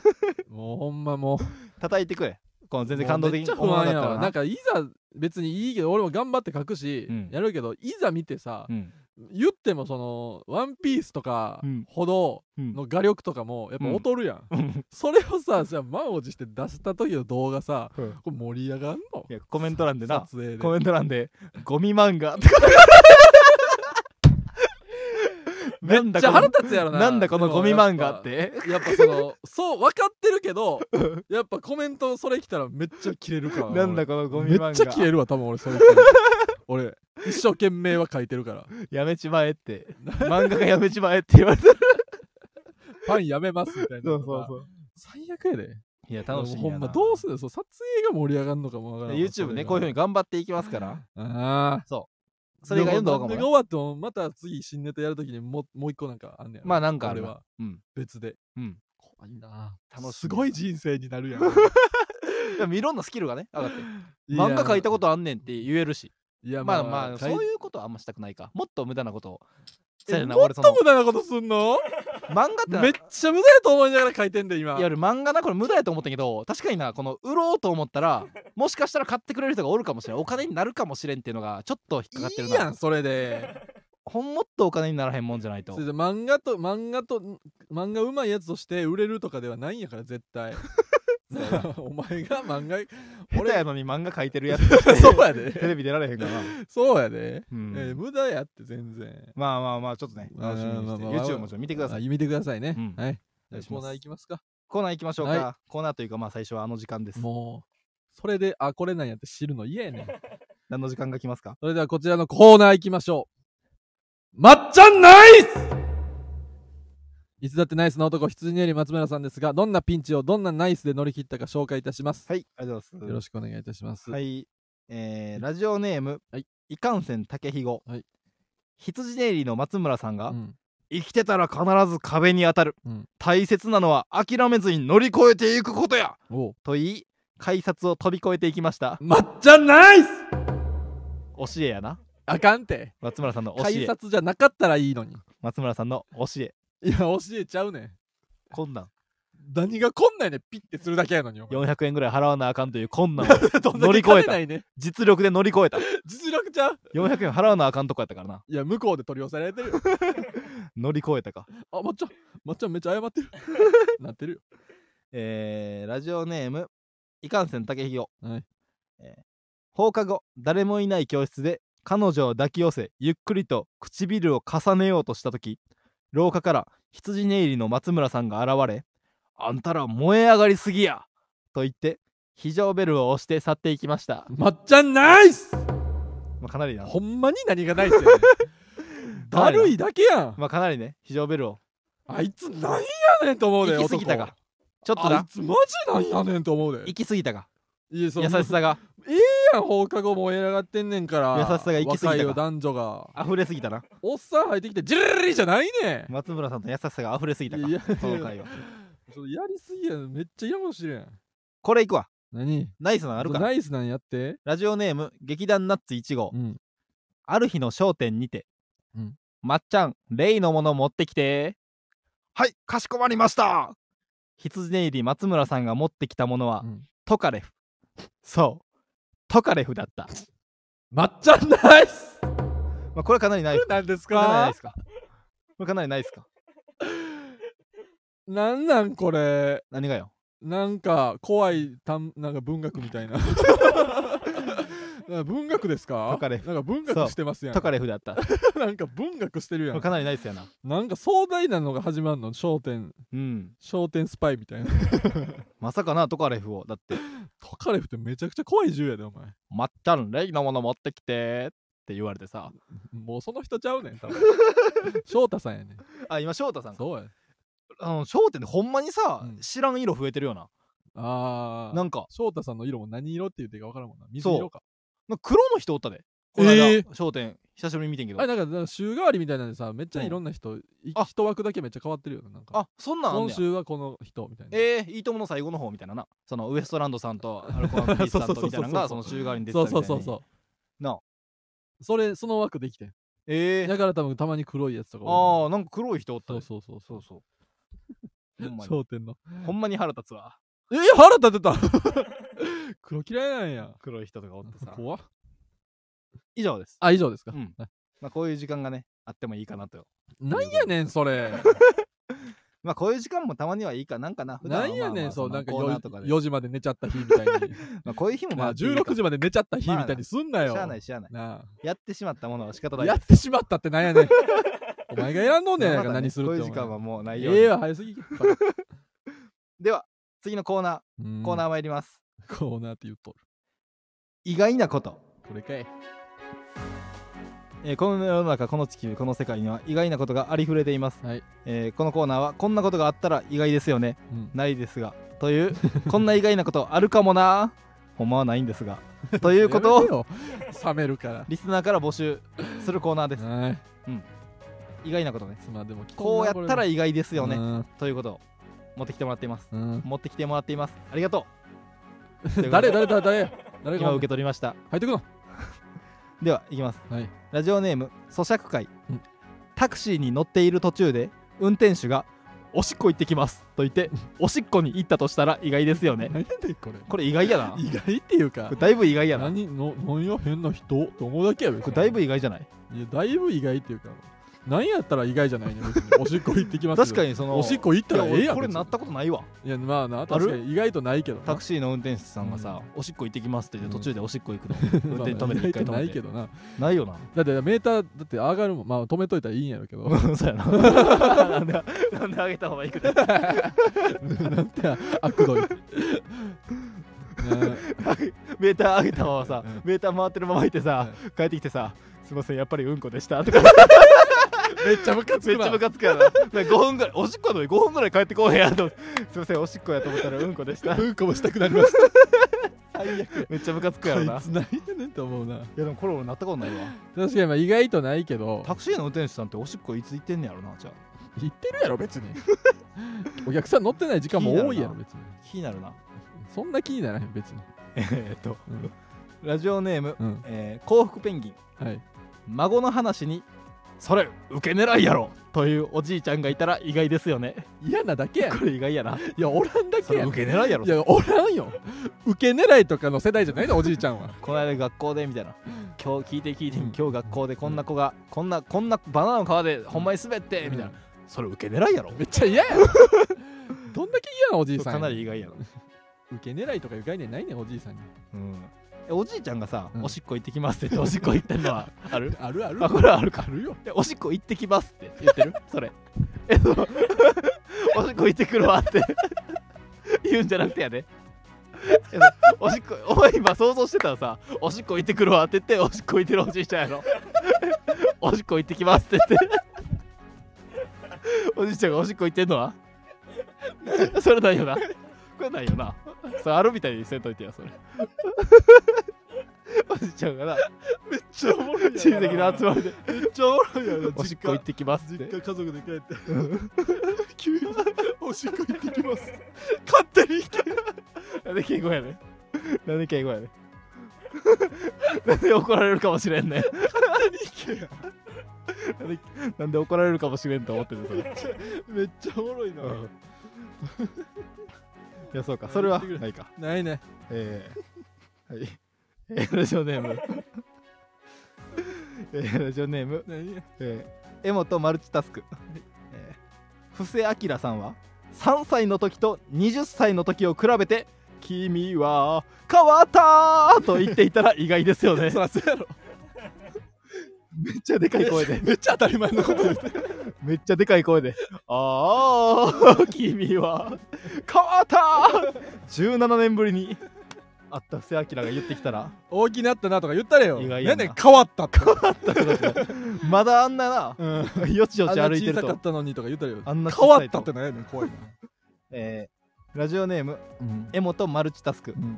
S1: <laughs>
S2: もうほんまもう
S1: 叩いてくれこの全然感動的に
S2: もうめっ
S1: 思
S2: ちゃ
S1: わ
S2: 不
S1: な
S2: 安
S1: か
S2: や
S1: ったら
S2: わ
S1: な
S2: なんかいざ別にいいけど俺も頑張って書くし、
S1: うん
S2: やるけどいざ見てさ、
S1: うん
S2: 言ってもその「ワンピースとか
S1: うん
S2: ほど
S1: うん
S2: の画力とかもやっぱ劣るやん、
S1: うん
S2: それをさじゃあ満を持して出した時の動画さ
S1: うん
S2: これ盛り上がんの
S1: いやコメント欄でな
S2: 撮影で
S1: コメント欄で「ゴミ漫画」って
S2: め
S1: なん
S2: っ
S1: だ
S2: ちゃ
S1: こ
S2: 腹
S1: の
S2: 立つやろな。
S1: なんだこのゴミ漫画っ
S2: で
S1: て
S2: もやっぱ。やっぱその、そう、分かってるけど、やっぱコメントそれ来たらめっちゃ切れるから。
S1: なんだこのゴ
S2: 俺
S1: ミ漫画
S2: めっちゃ切れるわ、多分俺それ来たら。俺、一生懸命は書いてるから。
S1: やめちまえって漫画がやめちまえって言われてる
S2: ファンやめますみたいなのが。
S1: そう
S2: 最悪やで。
S1: いや楽しみ
S2: ほ
S1: やなん
S2: まどうするそう、撮影が盛り上がるのかもわからん。
S1: YouTube ねこういうふうに
S2: に。
S1: 頑張っていきますから
S2: ああ。
S1: <laughs> それが読んだ方が
S2: で
S1: いい
S2: も
S1: かも
S2: 終わっても、また次新ネタやるときにもうもう一個なんかあんねやろ。
S1: まあなんかある
S2: 俺
S1: な
S2: は
S1: うん
S2: 別で。
S1: うん
S2: 怖いな。
S1: 楽しみやな
S2: すごい人生になるやん。
S1: なでもいろんなスキルがね上がって
S2: や
S1: <laughs> 漫画書いたことあんねんって言えるし
S2: いや
S1: まあまあ
S2: 書
S1: そ
S2: いう
S1: いうことはあんましたくないかもっと無駄なことをそうやな
S2: もっ
S1: 俺その
S2: と無駄なことすん
S1: <laughs>
S2: の
S1: 漫画ってな
S2: めっちゃ無駄やと思いながら書いてんで今
S1: いや俺漫画なこれ無駄やと思ったけど確かになこの売ろうと思った <laughs> らもしかしたら買ってくれる人がおるかもしれんお金になるかもしれんっていうのがちょっと引っかかってる
S2: いい
S1: な
S2: やんそれで
S1: ほんもっとお金にならへんもんじゃないと
S2: それで漫画と漫画と漫画うまいやつとして売れるとかではないんやから絶
S1: <laughs>
S2: 対 <laughs> お前が漫画
S1: 下手や
S2: 俺
S1: のに漫画書いてるやつ
S2: そうや
S1: <laughs> テ
S2: で
S1: レビ出られへん <laughs> からな、
S2: <laughs> そうやで、
S1: うん
S2: え無駄やって全然
S1: まあまあまあちょっとね
S2: まあ
S1: 楽しみに
S2: ま
S1: し
S2: あ
S1: て
S2: まあまあ
S1: YouTube もちょっと見てくださ
S2: あ
S1: い
S2: 見てくださいね、
S1: うん
S2: はい
S1: お願いし
S2: コ
S1: ま
S2: ー
S1: す
S2: ナー行きますか
S1: コーナー行きましょうか、
S2: は
S1: コーナーというかまあ最初はあの時間です
S2: もうそれであこれなんやって知るの嫌やねん <laughs>
S1: 何の時間が来ますか
S2: それではこちらのコーナー行きましょう。まっちゃんナイスいつだってナイスな男、羊より松村さんですが、どんなピンチをどんなナイスで乗り切ったか紹介いたします。
S1: はいありがとうござい
S2: よ
S1: ま
S2: ろ
S1: す
S2: しくお願いいたします。
S1: はいえー、ラジオネーム、
S2: はい
S1: いかんせんたけひご、
S2: はい
S1: 羊ネイリーの松村さんが、
S2: うん
S1: 生きてたら必ず壁に当たる、
S2: うん
S1: 大切なのは諦めずに乗り越えていくことや
S2: おう
S1: と言い改札を飛び越えていきました
S2: まっちゃんナイス
S1: 教えやな
S2: あかんて
S1: 松村さんの教
S2: 改
S1: え
S2: 札じゃなかったらいいのに
S1: 松村さんの教え
S2: いや教えちゃうねん
S1: 困難
S2: 何がこんなんやねんピッてするだけやのにお前
S1: 400円ぐらい払わなあかんという困難を
S2: <laughs> どんだけ
S1: 乗り越えた
S2: 金ないね
S1: 実力で乗り越えた
S2: 実力ちゃう
S1: 400円払わなあかんとこやったからない
S2: や向こうで取り押さえられてるよ
S1: 乗り越えたか
S2: あまっちゃんまっちゃんめっちゃ謝ってるなってるよ
S1: えー、ラジオネームいかんせん竹ひご、
S2: はい
S1: えー放課後誰もいない教室で彼女を抱き寄せゆっくりと唇を重ねようとした時廊下から羊寝入りの松村さんが現れ「あんたら燃え上がりすぎや!」と言って非常ベルを押して去っていきました、
S2: まっちゃんナイス
S1: まあ、かなりな
S2: ほんまに何がないっすよねだるいだけやん
S1: まあかなりね非常ベルを
S2: あいつなんやねんと思う
S1: 行
S2: で
S1: き過ぎた
S2: 男
S1: かちょっと
S2: あい
S1: な
S2: つマジなんやねんと思うで
S1: 行き過ぎたか
S2: いやそ
S1: 優
S2: の
S1: しさが
S2: やん放課後燃え上がってんねんから
S1: 優しさが行き過ぎたか
S2: 若いよ男女が
S1: 溢れすぎたな
S2: おっさん入ってきてジリリリじゃないねん
S1: 松村さんの優しさが溢れすぎたか
S2: いやいや
S1: この回は
S2: ちょっとやりすぎやんめっちゃ嫌もしれん
S1: これいくわ
S2: 何
S1: ナイスなのあるか
S2: ナイスなんやって
S1: ラジオネーム劇団ナッツ1号、
S2: うん
S1: ある日の商店にて、
S2: うん
S1: まっちゃんレイのもの持ってきてはいかしこまりました羊ネイリ松村さんが持ってきたものは、
S2: うん
S1: トカレフそうトカレフだった、
S2: まっちゃんナイス
S1: まあ、これかなりない
S2: なんです
S1: これかなりないで
S2: か
S1: すかこれかなりないですか
S2: なんなんこれ
S1: 何がよ
S2: なんか怖いたんなんか文学み <laughs> たいななんか文学ですか
S1: トカレフ
S2: なんか文
S1: そう
S2: 学してますやん
S1: トカレフだったこ
S2: なんか文学してるや
S1: れ
S2: ん
S1: かなりないですやな
S2: なんか壮大なのが始まるの焦点
S1: うん
S2: 焦点スパイみたいな
S1: まさかなトカレフをだって
S2: トカレフってめちゃくちゃ怖い銃やでお前
S1: まっちゃんレイのもの持ってきてって言われてさ
S2: もうその人ちゃうねん <laughs> 多分翔太さんやねん
S1: あ今翔太さんか
S2: そうや
S1: あの商店でほんまにさ、
S2: うん
S1: 知らん色増えてるよな
S2: あー
S1: なんか
S2: 翔太さんの色も何色って言ってか分からんもんな水色か
S1: なんか黒の人おったでこの間、
S2: えー
S1: 商店久しぶりに見てんけど
S2: あ
S1: あ
S2: れなんかなんか週替わりみたいなんでさめっちゃいろんな人、い
S1: あ
S2: 一枠だけめっちゃ変わってるよななんか
S1: そんなんあん
S2: 今
S1: ねや
S2: 週はこの人みたいな
S1: えー、いいともの最後の方みたいななそのウエストランドさん
S2: <laughs>
S1: とアルコピースさんとみたいなのがそ
S2: そう
S1: の
S2: そうそうそう
S1: 週替わりに出てた
S2: そう
S1: みたいな
S2: そうそうそう
S1: なあ
S2: それその枠できてん
S1: えー、
S2: だから多分たまに黒いやつとか
S1: あ
S2: 多
S1: ーなんか黒い人おった
S2: い
S1: で
S2: そうそうそうそう <laughs>
S1: ほんまに
S2: 焦点の
S1: ほんまに腹立つわ
S2: えー、腹立てた <laughs> 黒嫌いなんや
S1: 黒い人とかおってさ
S2: 怖っ
S1: 以上です、
S2: あ以上ですか、
S1: うん
S2: はい
S1: まあ、こういう時間がねあってもいいかなと
S2: なんやねんそれ
S1: まあこういう時間もたまにはいいかなんかな普段
S2: な
S1: は
S2: んや
S1: まあ
S2: ね
S1: ま
S2: ん
S1: あ
S2: そう
S1: の
S2: なんか
S1: コーナーと
S2: 4
S1: かで
S2: 時4時まで寝ちゃった日みたいに
S1: <laughs> まあ、こういう日もま
S2: ま
S1: あ
S2: あ16時まで寝ちゃった日
S1: まあ
S2: みたいにすんなよ、
S1: しゃあないしゃあない
S2: な
S1: やってしまったものは仕方な
S2: あ
S1: い
S2: やってしまったってなん
S1: <laughs>
S2: やねんお前が選んどんねんやな
S1: まあま
S2: いか
S1: だね
S2: 何するって
S1: こうい
S2: お
S1: う
S2: 前
S1: 時間はもうないように、
S2: ええわ早すぎコ
S1: では次のコーナーコーナ
S2: ー
S1: ー参ります、
S2: コーナーって言うとる
S1: 意外なこと、
S2: これかい
S1: えーこの世の中この地球この世界には意外なことがありふれています、
S2: はい
S1: えーこのコーナーはこんなことがあったら意外ですよね
S2: うん
S1: ないですがという
S2: <laughs>
S1: こんな意外なことあるかもなほんまはないんですがということ
S2: やめ
S1: を
S2: てよ冷めるか
S1: リスナーから募集するコーナーです
S2: らはい
S1: 意外なことね
S2: 妻でも聞
S1: こうやったら
S2: い
S1: 意外です
S2: い
S1: よね
S2: ね
S1: ということを持ってきてもらっています
S2: うん
S1: 持ってきてもらっていますありがとうということで
S2: 誰誰誰誰誰が
S1: 今受け取りました
S2: 入ってくの
S1: ではいきます
S2: はい
S1: ラジオネーム咀嚼会、
S2: うん
S1: タクシーに乗っている途中で運転手が「おしっこ行ってきます」と言っておしっこに行ったとしたら意外ですよね
S2: 何やねんこれ
S1: これ意外やな
S2: 意外っていうか
S1: これだいぶ意外やなこ
S2: 何の何や変な人と思うだけやべ
S1: れだいぶ意外じゃない
S2: いやだいぶ意外っていうか何やったら意外じゃないね別におしっこ行ってきますよ
S1: 確かにその
S2: おしっこ行ったらええ
S1: い
S2: や
S1: や
S2: ん
S1: 俺これ
S2: 別に
S1: なったことないわ
S2: いやまあな確かに意外とないけどな
S1: タクシーの運転手さんがさ、おしっこ行ってきますって言って途中でおしっこ行く
S2: <laughs>
S1: の、運転止めて一回
S2: まあ
S1: 止
S2: まあ意外とな
S1: め
S2: い
S1: て
S2: けどな
S1: ない
S2: <laughs>
S1: よな
S2: だってメーターだって上がるもんまあ止めといたらいいんやろうけど
S1: そうやななんでなんであげた方がいいか
S2: なんて悪 <laughs> どいな
S1: メーター上げたままさメーター回ってるままいてさ帰ってきてさ「すいませんやっぱりうんこでした」とか
S2: めっちゃムカつ
S1: め
S2: く
S1: っちゃ
S2: な
S1: ムカつくやな。5分ぐらい、おしっこやのに5分ぐらい帰ってこうへんやと思って。すいません、おしっこやと思ったらうんこでした。
S2: うんこもしたくなりました最悪
S1: めっちゃムカつくや
S2: こ
S1: ろ
S2: い
S1: な
S2: つ。何やねんと思うな
S1: やでもコロナなったことないわ
S2: 確かにまあ意外とないけど
S1: タクシーの運転手さんっておしっこいつ行ってんねやろなじゃあ
S2: 言ってるやろ別に <laughs> お客さん乗ってない時間も多いやろ別に
S1: 気になるな
S2: そんな気にならへん別に
S1: <laughs> えーっと
S2: うん、
S1: ラジオネーム、
S2: うん
S1: えー幸福ペンギン
S2: はい
S1: 孫の話にそれ受け狙いやろというおじいちゃんがいたら意外ですよね
S2: 嫌なだけやん
S1: これ意外やない
S2: やおらんだ
S1: そ
S2: け
S1: れ
S2: やん
S1: 受け狙いやろ
S2: いやおらんよ受け狙いとかの世代じゃないのおじいちゃんは
S1: この間学校でみたいな今日聞いて聞いて今日学校でこんな子がこんなこんなバナナの皮でほんまに滑ってみたいなそれ受け狙いやろ
S2: めっちゃ嫌 <laughs> やんどんだけ嫌なおじいさ
S1: か
S2: んや
S1: なり意外やろ、
S2: 受け狙いとかいう概念ないねんおじいさんに
S1: うん、えおじいちゃんがさ、
S2: うん
S1: おしっこ行ってきますって言っておしっこ行ってんのはある
S2: あ <laughs> るある
S1: あこれあるか
S2: あるよ
S1: えおしっこ行ってきますって言
S2: <laughs>
S1: ってるそれえその <laughs> おしっこ行ってくるわって <laughs> 言うんじゃなくてやでえそのおしっこお前今想像してたらさおしっこ行ってくるわって言っておしっこ行ってるおじいちゃんやろ <laughs> おしっこ行ってきますって <laughs> 言っておじいちゃんがおしっこ行ってんのは <laughs> それないよなこれないよなそれあるみたいにせんといてよそれ <laughs> おじいちゃんがな
S2: めっちゃおもろい
S1: 親戚の集まりで
S2: めっちゃおもろいや
S1: おしっこ行ってきますっ
S2: 実
S1: て
S2: 家家族で帰って急におしっこ行ってきます勝手に行け
S1: なんで敬語やねんなんで敬語やねんなんで怒られるかもしれんねん
S2: 勝手に行
S1: なんでなんで怒られるかもしれんと思っててそれい
S2: けめっちゃおもろいな、
S1: うんやそうかそれはないか
S2: ないね
S1: えー、はいえーラジオネームえーラジオネーム
S2: ないね
S1: えー、エモとマルチタスク、えー、布施明さんは3歳の時と20歳の時を比べて「君は変わった!」と言っていたら意外ですよ <laughs> ね
S2: そらそうやろ
S1: めっちゃでかい声で
S2: <laughs> めっちゃ当たり前のこと言うて
S1: <laughs> めっちゃでかい声で「あ <laughs> あ君は変わった!」17年ぶりに会った布施明が言ってきた <laughs> ら
S2: 大きなったなとか言ったれよ
S1: 意外
S2: な
S1: や
S2: ん
S1: な
S2: で変わったって
S1: まだあんな
S2: うんあん
S1: なよちよち
S2: な
S1: 歩いて
S2: 小
S1: る
S2: さか
S1: と
S2: ったのにとか言ったれよ
S1: あんな小
S2: 変わ
S1: さい
S2: ったっ
S1: と
S2: てなんやねん怖いな
S1: えーラジオネーム
S2: うん
S1: エモとマルチタスク
S2: うん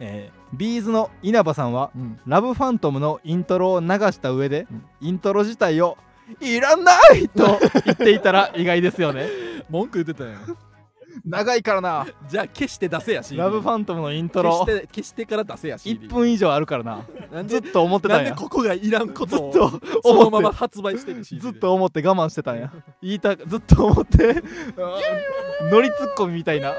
S1: えービーズの稲葉さんは
S2: うん
S1: 「ラブファントム」のイントロを流した上で、
S2: うん
S1: イントロ自体を「いらない!」と言っていたら意外ですよ
S2: <laughs>
S1: ね
S2: 文句言ってたやん
S1: 長いからな
S2: じゃあ消して出せやし
S1: <laughs> ラブファントムのイントロ
S2: 消して消してから出せやし
S1: 1分以上あるからな
S2: なん
S1: ず
S2: で
S1: っと思ってた
S2: なん
S1: ん
S2: で
S1: や
S2: ここがいらんことを
S1: ずっと
S2: その
S1: <laughs>
S2: ま
S1: 思
S2: ま
S1: って
S2: 発売してるし
S1: ずっと思って我慢してたんや言いたずっと思って乗りツッコミみたいな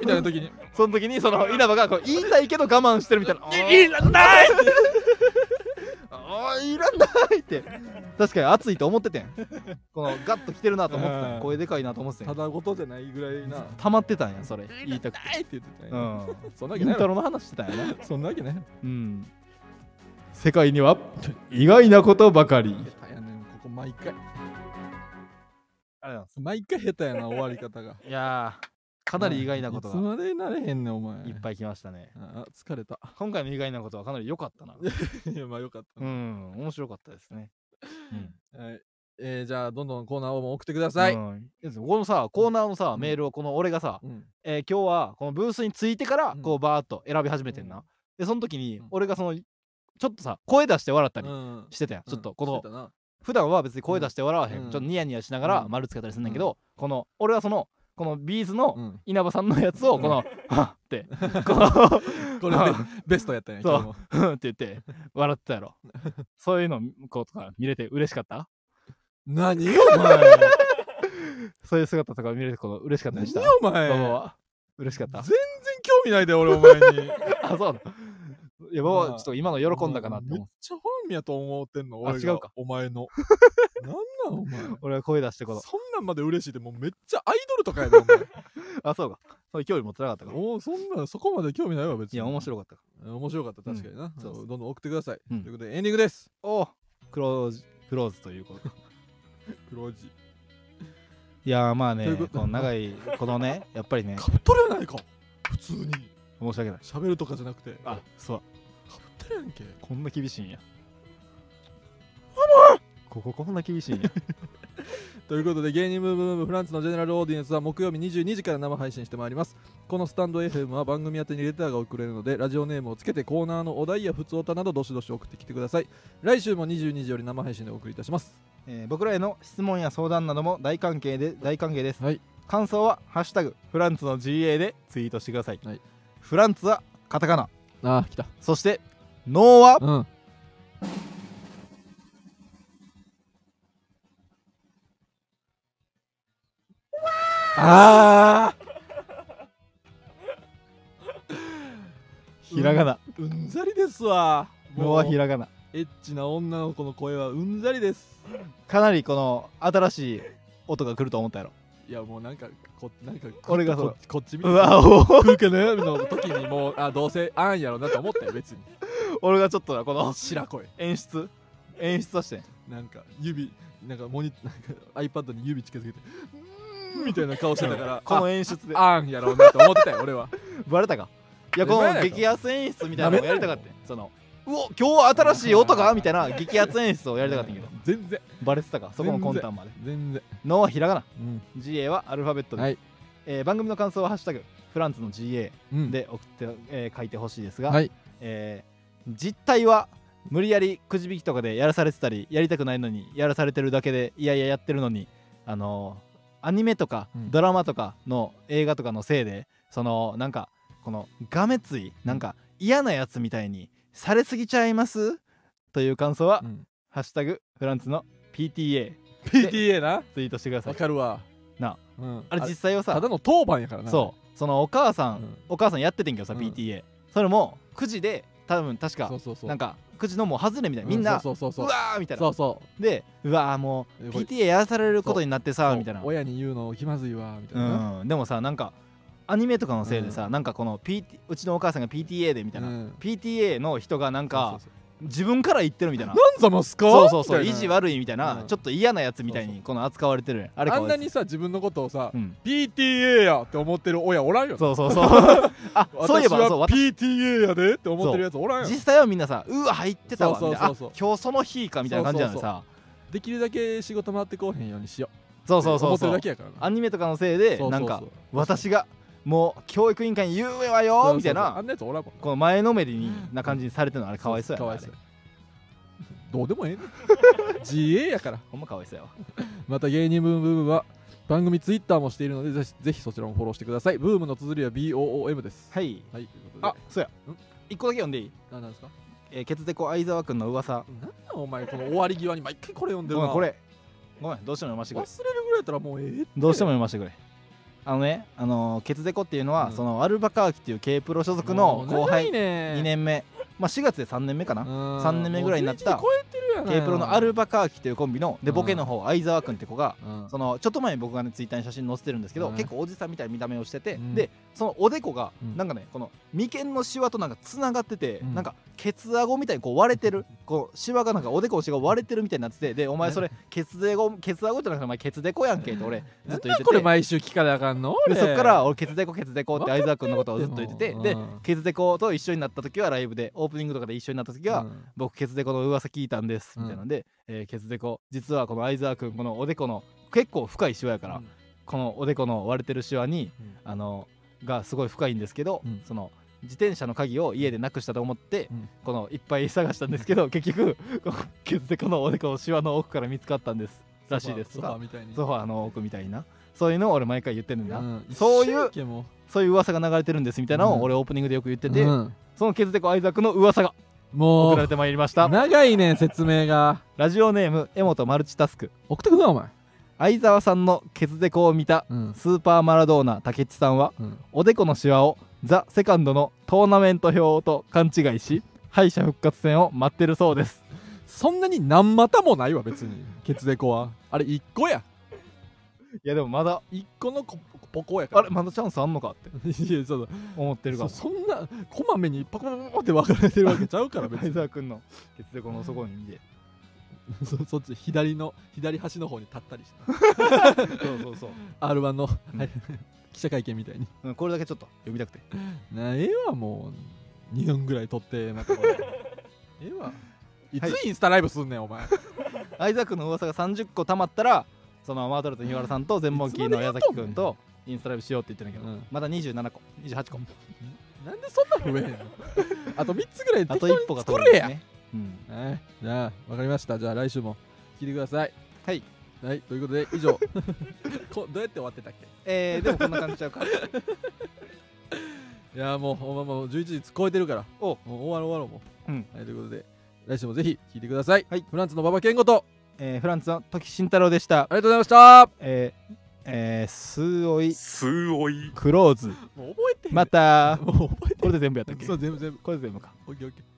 S2: みたいな時に
S1: その時にその稲葉がこう言いたいけど我慢してるみたいな
S2: 「いらない!」って
S1: あーいらないって確かに暑いと思っててんこのガッと来てるなと思ってた
S2: うん
S1: ん声でかいなと思ってた
S2: た
S1: ん
S2: だ事じゃないぐらいな
S1: 溜まってたんやそれ
S2: 「
S1: 言いたくて
S2: ない!」って言ってた
S1: う
S2: やん
S1: ん
S2: そんなわ
S1: イ
S2: け
S1: ン
S2: ないや
S1: ト
S2: ろ
S1: ロの話してたんやな
S2: そんなわけないやろ
S1: うん世界には意外なことばかり
S2: 下手やねんここ毎回
S1: ありがとうございま
S2: 毎回下手やな終わり方が
S1: すいやーかなり意外なこと
S2: いつ
S1: が
S2: までなれへんねんお前
S1: いっぱい来ましたね
S2: あ疲れた <laughs>
S1: 今回の意外なことはかなり良かったない
S2: やまあよかっ
S1: う
S2: た
S1: ん面白かったですねうん
S2: はいえー、じゃあどんどんコーナーをもう送ってください、
S1: うんいやこのさコーナーのさ、
S2: うん
S1: メールをこの俺がさ、
S2: うん
S1: えー今日はこのブースに着いてから
S2: うん
S1: こうバーッと選び始めてんな、
S2: うん
S1: でその時に
S2: うん
S1: 俺がそのちょっとさ声出して笑ったり
S2: うん
S1: してたやん、ちょっとこ
S2: し
S1: の
S2: てたな
S1: 普段は別に声出して笑わへん、
S2: うん
S1: ちょっとニヤニヤしながら
S2: うん
S1: 丸つけたりするんだけど、この俺はそのこのビーズの
S2: うん
S1: 稲葉さんのやつをこの「はっ」ってこ <laughs>
S2: これ
S1: の
S2: ベベストやったんや
S1: そう
S2: 今日も
S1: 「ふん」って言って笑ってたやろ
S2: <laughs>
S1: そういうのこうとか見れて嬉しかった
S2: 何よお前
S1: そういう姿とか見れてこの嬉しかったでした
S2: 何よお前
S1: 馬場
S2: 全
S1: は嬉しかった
S2: 然興味ないで俺お前に
S1: あ、そうなの。いや、もう
S2: まあ
S1: ちょっと今の <laughs> 喜んだかなって
S2: めっ
S1: 思う。
S2: ちゃ本味やと思ってんの俺が
S1: 違うか
S2: お前
S1: <laughs>
S2: のなんなんお前
S1: 俺は声出してこの。
S2: そんなんまで嬉しいってもうめっちゃアイドルとかやでお前
S1: <laughs> あ、そうか。そういう興味持ってなかったか。
S2: おうそんなんそこまで興味ないわ別
S1: い
S2: に
S1: や、面白かったか。
S2: 面白かった確かにな、
S1: そうそう
S2: どんどん送ってください、
S1: うん
S2: ということでエンディングです
S1: おうクローズ、クローズということ。
S2: 黒字
S1: いやー、まあね
S2: というこ、と
S1: この長い、このね、やっぱりね、 <laughs>
S2: かぶっとるやないか普通に
S1: 申し訳ない。
S2: 喋るとかじゃなくてか
S1: あ、そう。
S2: ぶってるやんけ
S1: こんな厳しいんや。こここんな厳しいんや。
S2: ということで芸人ムーブムーブフランツのジェネラルオーディエンスは木曜日22時から生配信してまいりますこのスタンド FM は番組宛てにレターが送れるのでラジオネームをつけてコーナーのお題や普通歌などどしどし送ってきてください来週も22時より生配信でお送りいたします
S1: <laughs> えー僕らへの質問や相談なども大歓迎で大歓迎です、
S2: はい
S1: 感想は「ハッシュタグフランツの GA」でツイートしてください、
S2: はい
S1: フランツはカタカナ
S2: ああ来た
S1: そして脳は
S2: うんああ
S1: ひらがな
S2: うんざりですわ
S1: 脳はひらがな
S2: エッチな女の子の声はうんざりです
S1: かなりこの新しい音が来ると思ったやろ
S2: いやもうなんかこなんか
S1: 俺がそう
S2: ここっち見て
S1: うわお
S2: 来るかな <laughs> の時にもうあどうせあんやろなと思ったよ別に
S1: 俺がちょっとなこの
S2: 白声
S1: 演出演出として
S2: なんか指なんかモニなんか iPad に指近づけてうーんみたいな顔してたから
S1: この演出で
S2: ああんやろうなと思ってたよ俺は
S1: バレたかいや
S2: バ
S1: こ
S2: レない
S1: の
S2: か
S1: 激アツ演出みたいなのをやりたかったそのうお今日は新しい音がみたいな激アツ演出をやりたかったんや
S2: <laughs>
S1: けど
S2: 全然
S1: バレてたかそこの魂胆まで
S2: 全然
S1: 脳はひらがな
S2: うん
S1: GA はアルファベットです、
S2: はい
S1: えー番組の感想は「ハッシュタグフランツの GA
S2: うん」
S1: で送って、えー書いてほしいですが、
S2: はい
S1: えー実態は無理やりくじ引きとかでやらされてたりやりたくないのにやらされてるだけでいやいややってるのにあのーアニメとか
S2: うん
S1: ドラマとかの映画とかのせいで、そのなんかこのがめついなんか嫌なやつみたいにされすぎちゃいますという感想は「
S2: うん
S1: ハッシュタグフランツの PTA
S2: PTA な」
S1: ツイートしてくださ
S2: わ
S1: い
S2: かるわ
S1: な
S2: うん
S1: あれ実際はさ
S2: ただの当番やからな
S1: そうそのお母さん、
S2: うん
S1: お母さんやっててんけどさ、
S2: うん
S1: PTA それも9時で多分確か
S2: そうそうそう
S1: なんか9時のもう外れみたいなみん
S2: う
S1: な、う
S2: そうそうそう
S1: わーみたいな
S2: そうそ
S1: でうわーもう
S2: えこれ
S1: PTA やらされることになって
S2: う
S1: さみたいな、
S2: 親に言うの気まずいわみたいなな
S1: うん、でもさなんかアニメとかのせいでさ、なんかこの、PT、うちのお母さんが PTA でみたいな、
S2: うん
S1: PTA の人がなんか
S2: そうそうそ
S1: 自分から言ってるみたいうな
S2: なんざますか
S1: そうそうそう
S2: み
S1: 意
S2: たいな
S1: 地悪いみたいな、
S2: うん
S1: ちょっと嫌なやつみたい
S2: そう
S1: にこの扱われてるあれか
S2: あ
S1: わい
S2: んな
S1: そうで
S2: に
S1: す
S2: さ自分のことをさ
S1: うん
S2: PTA やって思ってる親おらんよな
S1: そうそうそう
S2: <laughs>
S1: あそういえ
S2: 私
S1: ば
S2: は
S1: そう
S2: PTA やでって思ってるやつおらんよ
S1: 実際はみんなさうわ入ってたわみた
S2: そ
S1: いうな
S2: そう
S1: あ
S2: そう
S1: 今日その日かみたいな感じなのでさ
S2: できるだけ仕事回ってこうへんようにしよう
S1: そうそうそ
S2: 思
S1: う
S2: って
S1: そ
S2: る
S1: う
S2: だけやから
S1: アニメとかのせいで
S2: そう
S1: な
S2: そうそ
S1: ん
S2: う
S1: か私がもう教育委員会に言うわよみたい
S2: そうそうそうあ
S1: なん
S2: なやつおらんもん
S1: この前のめりにな感じにされてるのあれかわいそうや
S2: か
S1: な
S2: わ
S1: あ
S2: い
S1: れ
S2: そうどうで <laughs> もええね GA やから
S1: ほんまかわいそうやわ
S2: また芸人ブームブームは番組ツイッターもしているのでぜひぜひそちらもフォローしてくださいブームの綴りは BOOM です
S1: はい
S2: はいということで
S1: あそうや
S2: ん
S1: 一個だけ読んでいい
S2: あなんですか
S1: えーケツデコ相沢君の噂
S2: なんなんお前この終わり際に毎回これ読んでる
S1: ごめ
S2: なん
S1: これごめんどうしても読ませてくれ
S2: 忘れるぐらいやったらもうええって
S1: どうしても読ませてくれあのねあのーケツデコっていうのは
S2: うん
S1: そのアルバカーキっていう K プロ所属の後輩2
S2: 2
S1: 年目まあ4月で3年目かな
S2: 3
S1: 3年目ぐらいになった
S2: 超えてるやん
S1: K プロのアルバカーキというコンビのでボケの方相沢君って子が
S2: うん
S1: そのちょっと前に僕がねツイッターに写真載せてるんですけど
S2: うん
S1: 結構おじさんみたいな見た目をしてて
S2: うん
S1: でそのおでこが
S2: うん
S1: なんかねこの眉間のシワとなんかつながってて
S2: うん
S1: なんかケツアゴみたいにこう割れてるこうシワがなんかおでこのシワが割れてるみたいになっててでお前それケツデコケツアゴじゃなくてお前ケツデコやんけって俺ずっと言って
S2: これ
S1: て
S2: 毎週聞かなあかんの
S1: でそっから俺ケツデコケツデコって相沢君のことをずっと言ってて
S2: うん
S1: でケツデコと一緒になった時はライブでオープニングとかで一緒になった時は僕ケツデコの噂聞いたんです、みたいなんで、えーケツデコ実はこの相沢君このおでこの結構深いシワやから、このおでこの割れてるシワにあのがすごい深いんですけど、
S2: うん
S1: その自転車の鍵を家でなくしたと思って、
S2: うん
S1: このいっぱい探したんですけど結局このケツデコのおでこのシワの奥から見つかったんですらしいですと
S2: ソファー
S1: か
S2: みたいに
S1: ソファーの奥みたいなそういうのを俺毎回言ってんねんな、
S2: うん
S1: そういう
S2: 一周忌も
S1: そういう噂が流れてるんですみたいなの
S2: うん
S1: を俺オープニングでよく言ってて、
S2: うん
S1: そのケツデコ相沢君の噂が
S2: も
S1: 送られ
S2: う
S1: てまいりました
S2: 長いねん説明が
S1: ラジオネーム江本マルチタスク
S2: 送ってくなお前
S1: 相沢さんのケツデコを見た
S2: うん
S1: スーパーマラドーナ武智さんは
S2: うん
S1: おでこのシワをザ・セカンドのトーナメント表と勘違いし敗者復活戦を待ってるそうです
S2: そんなに何股もないわ別にケツデコはあれ一個や
S1: いやでもまだ
S2: 一個のこポコやか
S1: あ
S2: ら
S1: れまだチャンスあんのかって
S2: <laughs> いやそう
S1: 思ってるか
S2: そ
S1: ら
S2: そんなこまめにパコパコパコって分かれてるわけちゃうから別
S1: 相
S2: に
S1: 沢君のケツデコのそこにいて
S2: そそっち左の左端の方に立ったりして
S1: そうそうそう
S2: R1 の、
S1: うん
S2: はい <laughs> 記者会見みたいに
S1: うんこれだけちょっと読みたくて
S2: なええわもう2分ぐらい撮ってま <laughs> たこれええわい
S1: は
S2: つインスタライブすんねんお前
S1: 相沢君の噂が30個たまったらそのマートルと日原さんと全問キーの矢崎君とインスタライブしようって言ってんだけど、
S2: うん
S1: まだ27個28個
S2: なんでそんな増えへんの <laughs> あと3つぐらい
S1: あ
S2: 適
S1: と
S2: 当に
S1: 一歩が通
S2: 作
S1: るん
S2: れ
S1: で
S2: や
S1: す、ね、うん、
S2: はい、じゃあ分かりましたじゃあ来週も聞いてください
S1: はい
S2: はいということで以上 <laughs> こどうやって終わってたっけ
S1: えー、でもこんな感じちゃうか <laughs>
S2: いやもうほんまもう11時超えてるから
S1: お
S2: もう終わろう終わろうもう、
S1: うん
S2: はい、ということで来週もぜひ聞いてください、
S1: はい
S2: フランツの馬場健吾と
S1: えー、フランスの時慎太郎でした
S2: ありがとうございました
S1: えー、えー、スーオイ
S3: すごい
S1: クローズ
S2: もう覚えて
S1: また
S2: もう覚えて
S1: これで全部やったっけ
S2: そう全部全部
S1: これで全部か
S2: オッケーオッケー